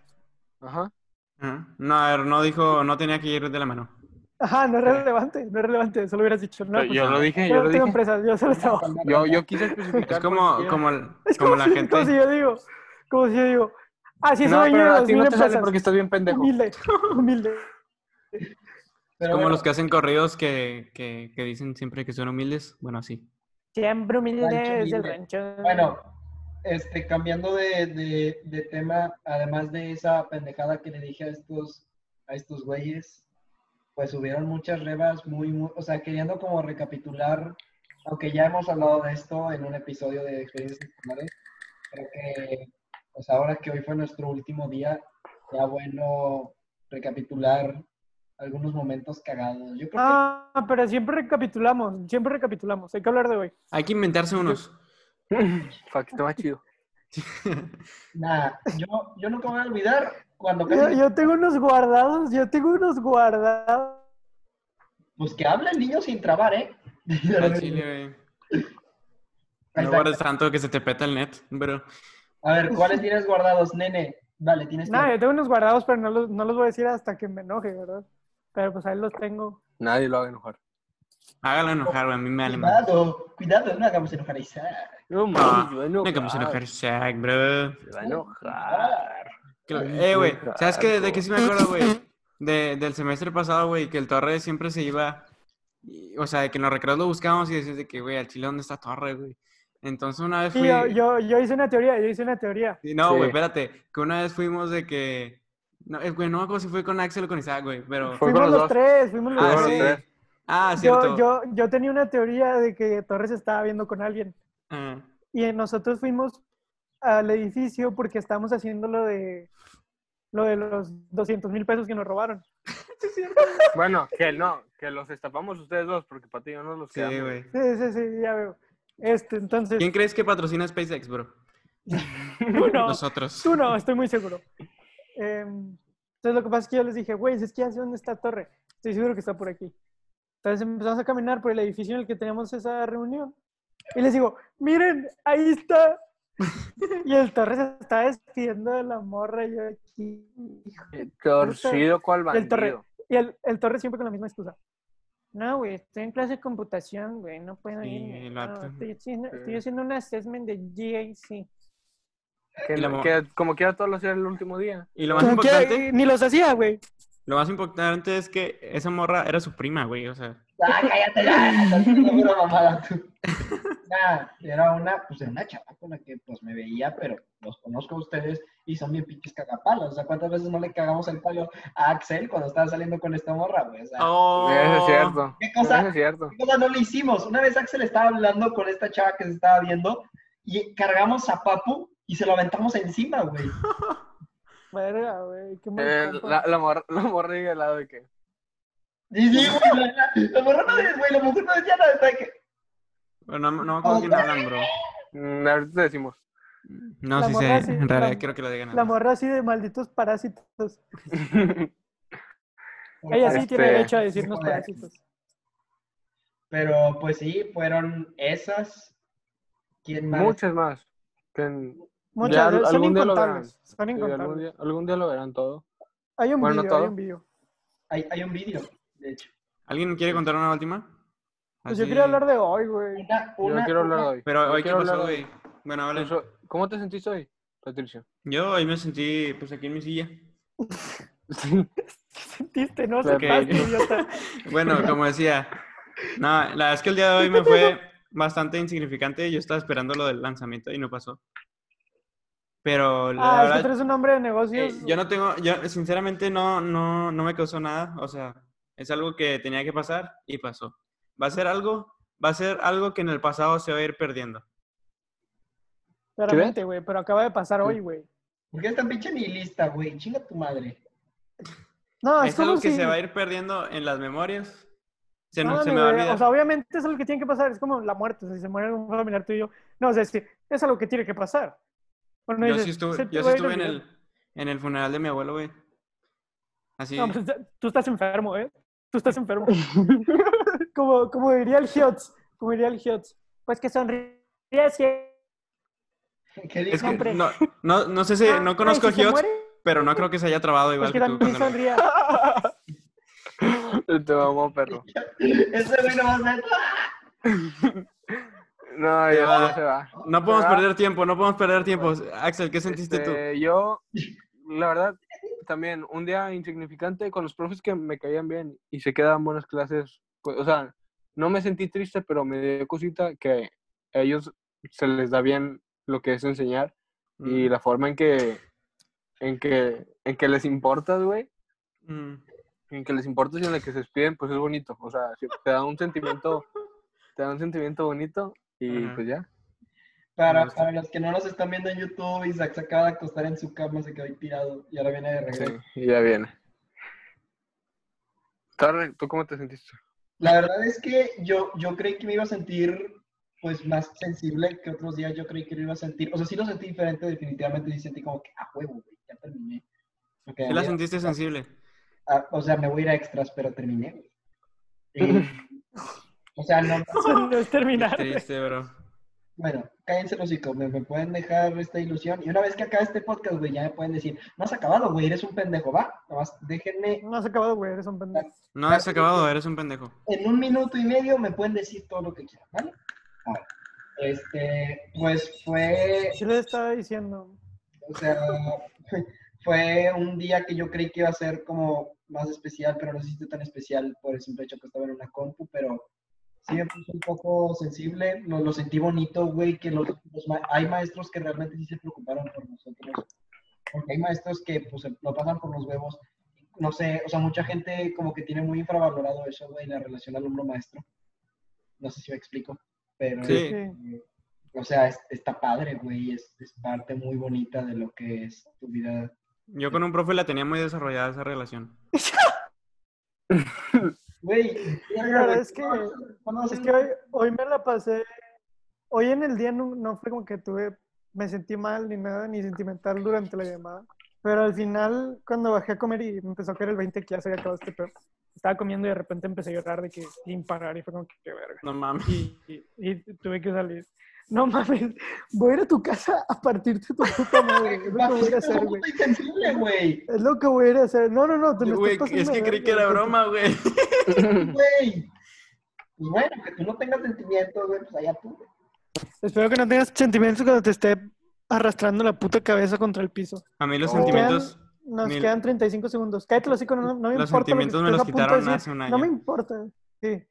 Speaker 3: Ajá.
Speaker 1: Ajá. No, a ver, no dijo, no tenía que ir de la mano.
Speaker 4: Ajá, no es relevante, no es relevante, solo hubieras dicho, no,
Speaker 3: Pero
Speaker 4: pues,
Speaker 3: yo lo dije,
Speaker 4: yo
Speaker 3: yo
Speaker 4: no
Speaker 3: lo
Speaker 4: tengo
Speaker 3: dije.
Speaker 4: empresas, yo solo trabajo.
Speaker 3: Yo, yo quise especificar.
Speaker 1: Es
Speaker 3: porque
Speaker 1: como,
Speaker 3: yo-
Speaker 1: como, el-
Speaker 4: Es
Speaker 1: como
Speaker 4: como,
Speaker 1: la
Speaker 4: si, como si
Speaker 1: gente.
Speaker 4: yo digo, como si yo digo, ah, sí,
Speaker 3: No,
Speaker 4: soy dueño
Speaker 3: pero
Speaker 4: de
Speaker 3: a
Speaker 4: dos
Speaker 3: ti
Speaker 4: mil
Speaker 3: no te sale
Speaker 4: empresas.
Speaker 3: porque estás bien pendejo.
Speaker 4: Humilde, humilde.
Speaker 1: Es como los que hacen corridos que, que, que dicen siempre que son humildes. Bueno, sí.
Speaker 4: Siempre humilde
Speaker 2: Rancho
Speaker 4: es el
Speaker 2: humilde.
Speaker 4: rancho.
Speaker 2: Bueno, este, cambiando de, de, de tema, además de esa pendejada que le dije a estos, a estos güeyes, pues hubieron muchas rebas muy, muy, o sea, queriendo como recapitular, aunque ya hemos hablado de esto en un episodio de Experiencias Escolares, creo que, pues ahora que hoy fue nuestro último día, ya bueno recapitular algunos momentos cagados. Yo creo que
Speaker 4: Ah, pero siempre recapitulamos, siempre recapitulamos. Hay que hablar de hoy.
Speaker 1: Hay que inventarse unos.
Speaker 3: Para que esté más chido.
Speaker 2: Nada, yo, yo nunca voy a olvidar cuando
Speaker 4: Yo,
Speaker 2: casi...
Speaker 4: yo tengo unos guardados, yo tengo unos guardados.
Speaker 2: Pues que habla el niño sin trabar, ¿eh?
Speaker 1: Al chile, güey. No guardes tanto que se te peta el net, bro.
Speaker 2: A ver, ¿cuáles tienes guardados, nene? Vale,
Speaker 1: Este,
Speaker 2: tienes
Speaker 4: Nada, yo
Speaker 2: que...
Speaker 4: tengo unos guardados, pero no los, no los voy a decir hasta que me enoje, ¿verdad? Pero pues ahí los tengo.
Speaker 3: Nadie lo haga enojar.
Speaker 1: Hágalo enojar, güey. A mí me vale más.
Speaker 2: Cuidado, cuidado, no hagamos enojar a Isaac.
Speaker 3: No,
Speaker 1: mami,
Speaker 3: yo
Speaker 1: No pues, hay que empezar a enojar, Shaq, bro.
Speaker 3: va a enojar.
Speaker 1: Que lo-
Speaker 3: Ay,
Speaker 1: Eh, güey,
Speaker 3: qué
Speaker 1: ¿sabes qué? ¿De
Speaker 3: raro.
Speaker 1: qué sí me acuerdo, güey? De- del semestre pasado, güey, que el Torre siempre se iba... y- o sea, de que en los recreos lo buscábamos y decías de que, güey, al chile, ¿dónde está Torre, güey? Entonces una vez
Speaker 4: Sí,
Speaker 1: fui...
Speaker 4: yo, yo, yo hice una teoría, yo hice una teoría.
Speaker 1: Sí, No,
Speaker 3: Sí.
Speaker 1: güey, espérate. Que una vez fuimos de que... No, eh, güey, no me acuerdo si fue con Axel o con Isaac, güey, pero...
Speaker 3: Fue con
Speaker 4: fuimos
Speaker 3: los
Speaker 4: los
Speaker 3: dos.
Speaker 4: tres, fuimos los
Speaker 1: Ah,
Speaker 3: con los
Speaker 1: sí.
Speaker 4: tres.
Speaker 3: tres.
Speaker 1: Ah, cierto.
Speaker 4: Yo, yo, yo tenía una teoría de que Torres estaba viendo con alguien.
Speaker 1: Ah,
Speaker 4: Y nosotros fuimos al edificio porque estábamos haciendo lo de, lo de los 200 mil pesos que nos robaron.
Speaker 3: Bueno, que no, que los destapamos ustedes dos, porque para ti yo no los
Speaker 1: sí,
Speaker 3: quedamos.
Speaker 1: güey.
Speaker 4: Sí, sí, sí, ya veo. Este, entonces,
Speaker 1: ¿Quién crees que patrocina SpaceX, bro?
Speaker 4: tú no,
Speaker 1: Nosotros.
Speaker 4: tú no, estoy muy seguro. Em, entonces lo que pasa es que yo les dije, güey, es que ya sé dónde está torre. Estoy seguro que está por aquí. Entonces empezamos a caminar por el edificio en el que teníamos esa reunión. Y les digo, miren, ahí está. Y el Torres se está despidiendo de la morra. y Yo aquí, hijo
Speaker 3: Eh, Torcido cual
Speaker 4: Y el torre-
Speaker 3: bandido.
Speaker 4: Y el, el Torres siempre con la misma excusa. No, güey, estoy en clase de computación, güey, no puedo
Speaker 1: Sí,
Speaker 4: irme.
Speaker 1: el
Speaker 4: No,
Speaker 1: vato.
Speaker 4: estoy, haciendo, estoy
Speaker 3: Sí.
Speaker 4: haciendo un assessment de GAC.
Speaker 3: Que,
Speaker 1: Y la mo-
Speaker 3: que como quiera todos lo hacía el último día.
Speaker 1: Y lo más importante...
Speaker 4: Ni los hacía, güey.
Speaker 1: Lo más importante es que esa morra era su prima, güey, o sea...
Speaker 2: Ah, cállate, ya. Estás haciendo pura mamada tú. Nada, era una, pues era una chava con la que pues me veía, pero los conozco a ustedes y son bien pinches cagapalos. O sea, ¿cuántas veces no le cagamos el palo a Axel cuando estaba saliendo con esta morra, güey? O sea,
Speaker 1: Oh.
Speaker 3: Ah, Eso es cierto.
Speaker 2: ¿qué cosa
Speaker 3: Eso es cierto.
Speaker 2: ¿Qué cosa no lo hicimos? Una vez Axel estaba hablando con esta chava que se estaba viendo y cargamos a Papu y se lo aventamos encima, güey.
Speaker 4: Verga, güey, qué mal
Speaker 2: pues.
Speaker 3: Eh,
Speaker 4: compa.
Speaker 3: la, la, morra, la morra llega al lado de que.
Speaker 2: Y sí, güey, la, la morra no de- güey, la mujer no decía nada, está que...
Speaker 1: Bueno, Oh, no, no me acuerdo quién hablan, bro.
Speaker 3: mm, ahorita te decimos.
Speaker 1: No,
Speaker 4: La
Speaker 1: sí sé.
Speaker 4: morra sí,
Speaker 1: En realidad
Speaker 4: la-
Speaker 1: quiero que lo digan.
Speaker 4: La morra así de malditos parásitos. Ella sí tiene
Speaker 3: Este-
Speaker 4: derecho a decirnos
Speaker 2: Joder.
Speaker 4: parásitos.
Speaker 2: Pero pues sí, fueron esas. ¿Quién más?
Speaker 3: Muchas más. Que en-
Speaker 4: Muchas,
Speaker 3: al-
Speaker 4: son
Speaker 3: algún día lo
Speaker 4: incontables. Son
Speaker 3: sí, algún,
Speaker 4: incontables.
Speaker 3: día, algún día lo verán todo.
Speaker 4: Hay un
Speaker 3: Bueno,
Speaker 4: video, hay
Speaker 3: todo.
Speaker 4: un video.
Speaker 2: Hay, hay un vídeo, de hecho.
Speaker 1: ¿Alguien quiere contar una última?
Speaker 4: Pues yo
Speaker 1: Así-
Speaker 4: quería hablar de hoy, güey.
Speaker 2: Una,
Speaker 3: Yo
Speaker 2: una,
Speaker 3: quiero hablar
Speaker 2: una-
Speaker 3: hoy.
Speaker 1: Pero
Speaker 3: Yo
Speaker 1: hoy, ¿qué
Speaker 3: quiero
Speaker 1: pasó,
Speaker 3: hablar Pues, hoy.
Speaker 1: güey? Bueno, vale.
Speaker 3: Eso- ¿Cómo te sentiste hoy, Patricio?
Speaker 1: Yo hoy me sentí, pues, aquí en mi silla.
Speaker 4: ¿Qué sentiste? No
Speaker 3: Claro
Speaker 1: que-
Speaker 4: aceptaste, idiota.
Speaker 1: Bueno, como decía. No, la verdad es que el día de hoy me fue... bastante insignificante. Yo estaba esperando lo del lanzamiento y no pasó. Pero la
Speaker 4: Ah, es que tú
Speaker 1: verdad,
Speaker 4: eres un hombre de
Speaker 1: eh,
Speaker 4: negocios.
Speaker 1: yo no tengo, yo sinceramente no, no, no me causó nada. O sea, es algo que tenía que pasar y pasó. Va a ser algo, va a ser algo que en el pasado se va a ir perdiendo.
Speaker 4: Claramente, güey, pero acaba de pasar hoy, güey.
Speaker 2: ¿Por qué eres tan pinche nihilista, güey? Chinga tu madre.
Speaker 4: No, es,
Speaker 1: es
Speaker 4: como
Speaker 1: algo que
Speaker 4: si-
Speaker 1: se va a ir perdiendo en las memorias. Se, no-
Speaker 4: No,
Speaker 1: se
Speaker 4: mi
Speaker 1: me va a
Speaker 4: güey,
Speaker 1: olvidar.
Speaker 4: O sea, obviamente es algo que tiene que pasar. Es como la muerte. o sea, si se muere algún familiar tuyo. No, o sea, es, que es algo que tiene que pasar. Bueno,
Speaker 1: yo
Speaker 4: dices,
Speaker 1: sí
Speaker 4: "Se
Speaker 1: estuve,
Speaker 4: te
Speaker 1: yo sí
Speaker 4: va a ir
Speaker 1: estuve en,
Speaker 4: olvidando".
Speaker 1: el, en el funeral de mi abuelo, güey. Así.
Speaker 4: No, pues, tú estás enfermo, ¿eh? Tú estás enfermo. como, como diría el Hiots. Como diría el Hiots. Pues que sonríe
Speaker 2: ¿Qué dijo?
Speaker 1: es que
Speaker 4: siempre.
Speaker 1: no, no, no sé si,
Speaker 4: Ay,
Speaker 1: no conozco
Speaker 4: Ah, si se
Speaker 1: Hiots,
Speaker 4: muere,
Speaker 1: pero no creo que se haya trabado igual
Speaker 4: Pues que
Speaker 1: que tú.
Speaker 4: también
Speaker 1: cuando lo-
Speaker 4: sonría.
Speaker 3: Te vamos, perro.
Speaker 2: Ese güey no va a ser.
Speaker 3: No, ya
Speaker 1: va.
Speaker 3: no se va.
Speaker 1: No podemos
Speaker 3: Ah.
Speaker 1: perder tiempo, no podemos perder tiempo. Axel, ¿qué sentiste tú?
Speaker 3: Pues, Este, Yo, la verdad, también un día insignificante con los profes que me caían bien y se quedaban buenas clases. Pues, o sea, no me sentí triste, pero me dio cosita que a ellos se les da bien lo que es enseñar
Speaker 1: Mm.
Speaker 3: y la forma en que, en que, en que les importas, güey.
Speaker 1: Mm.
Speaker 3: En que les importas y en la que se despiden, pues es bonito. O sea, sí, te da un sentimiento, te da un sentimiento bonito y
Speaker 1: Ajá.
Speaker 3: pues ya.
Speaker 2: Para, para los que no nos están viendo en YouTube, Isaac se acaba de acostar en su cama, se quedó ahí tirado y ahora viene de
Speaker 3: Sí,
Speaker 2: regreso.
Speaker 3: eh, y ya viene. Tarde, ¿tú cómo te sentiste?
Speaker 2: La verdad es que yo, yo creí que me iba a sentir pues más sensible que otros días. Yo creí que lo iba a sentir. O sea, sí lo sentí diferente, definitivamente. Sí sentí como que, ah, huevo, güey, ya terminé. Me quedé
Speaker 1: ¿Qué la
Speaker 2: bien.
Speaker 1: sentiste sensible?
Speaker 2: Ah, o sea, me voy a ir a extras, pero terminé. güey. Y- o sea, no.
Speaker 4: No es terminar.
Speaker 1: Triste, bro.
Speaker 2: Bueno, cállense los hijos, me, me pueden dejar esta ilusión. Y una vez que acabe este podcast, güey, ya me pueden decir, no has acabado, güey, eres un pendejo, va. Nomás déjenme
Speaker 4: No has acabado, güey. Eres un pendejo.
Speaker 1: No has acabado, eres un pendejo.
Speaker 2: en un minuto y medio me pueden decir todo lo que quieran, ¿vale? Ahora, este, pues fue,
Speaker 4: Sí le estaba diciendo.
Speaker 2: o sea, fue un día que yo creí que iba a ser como más especial, pero no se hizo tan especial por el simple hecho que estaba en una compu, pero sí me puse un poco sensible, lo, lo sentí bonito, güey, que los, los ma- hay maestros que realmente sí se preocuparon por nosotros, porque hay maestros que pues lo pasan por los huevos, no sé, o sea, mucha gente como que tiene muy infravalorado eso, güey, la relación alumno-maestro, no sé si me explico, pero...
Speaker 1: Sí.
Speaker 4: Sí.
Speaker 2: O sea, es- está padre, güey, es, es parte muy bonita de lo que es tu vida.
Speaker 1: Yo con un profe la tenía muy desarrollada esa relación.
Speaker 2: Güey, verga,
Speaker 4: Pero
Speaker 2: güey,
Speaker 4: es que-
Speaker 2: ¿cuándo vas a
Speaker 4: Es
Speaker 2: hacer
Speaker 4: que hoy, hoy me la pasé. Hoy en el día no, no fue como que tuve. Me sentí mal ni nada, ni sentimental durante la llamada. Pero al final, cuando bajé a comer y me empezó a caer el 20 que ya se había acabado este pedo, estaba comiendo y de repente empecé a llorar de que sin parar y fue como que qué verga.
Speaker 1: No mames.
Speaker 4: Y, y- y tuve que salir. No mames, voy a ir a tu casa a partirte tu puta madre. Es lo que
Speaker 2: Vas a
Speaker 4: voy a ir
Speaker 2: ser
Speaker 4: a hacer,
Speaker 2: como
Speaker 4: güey.
Speaker 2: puto insensible, güey.
Speaker 4: Es lo que voy a ir a hacer. No, no, no, te me estás
Speaker 1: Güey, es
Speaker 4: pasando
Speaker 1: que
Speaker 4: de
Speaker 1: creí
Speaker 4: verga,
Speaker 1: que era
Speaker 4: güey.
Speaker 1: broma, güey.
Speaker 2: Güey. Pues bueno, que tú no tengas sentimientos, güey, pues allá tú. güey.
Speaker 4: Espero que no tengas sentimientos cuando te esté arrastrando la puta cabeza contra el piso.
Speaker 1: A mí los
Speaker 3: Oh.
Speaker 1: sentimientos,
Speaker 4: Nos
Speaker 1: Mil.
Speaker 4: quedan 35 segundos. Cállate los hocico, no, no me
Speaker 1: los
Speaker 4: importa. lo que
Speaker 1: sentimientos me los
Speaker 4: estés a punto de
Speaker 1: quitaron
Speaker 4: decir.
Speaker 1: hace un
Speaker 4: No
Speaker 1: año.
Speaker 4: me importa. Sí.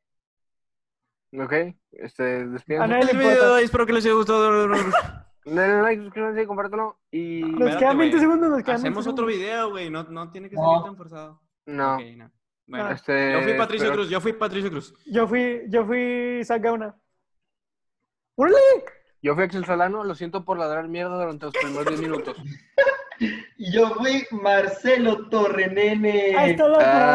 Speaker 3: Ok, este,
Speaker 4: A
Speaker 3: despídense.
Speaker 4: nadie le
Speaker 1: El video de
Speaker 4: importa.
Speaker 1: hoy, espero que les haya gustado.
Speaker 3: Denle like, suscríbanse, compártanlo y...
Speaker 1: No.
Speaker 4: Nos
Speaker 1: Espérate,
Speaker 4: quedan 20
Speaker 1: güey.
Speaker 4: segundos, nos quedan 20
Speaker 1: Hacemos otro
Speaker 4: segundos.
Speaker 1: video, güey. No, no tiene que
Speaker 2: No.
Speaker 1: salir tan forzado.
Speaker 3: No,
Speaker 1: Ok, no. Bueno,
Speaker 4: No.
Speaker 3: este...
Speaker 1: yo fui Patricio
Speaker 3: espero-
Speaker 1: Cruz, yo fui Patricio Cruz.
Speaker 4: Yo fui, yo fui Isaac Gauna. ¡Órale!
Speaker 3: Yo fui Axel Solano, lo siento por ladrar mierda durante los primeros 10 minutos.
Speaker 2: Y yo fui Marcelo Torrenene.
Speaker 4: Hasta la
Speaker 3: Ah,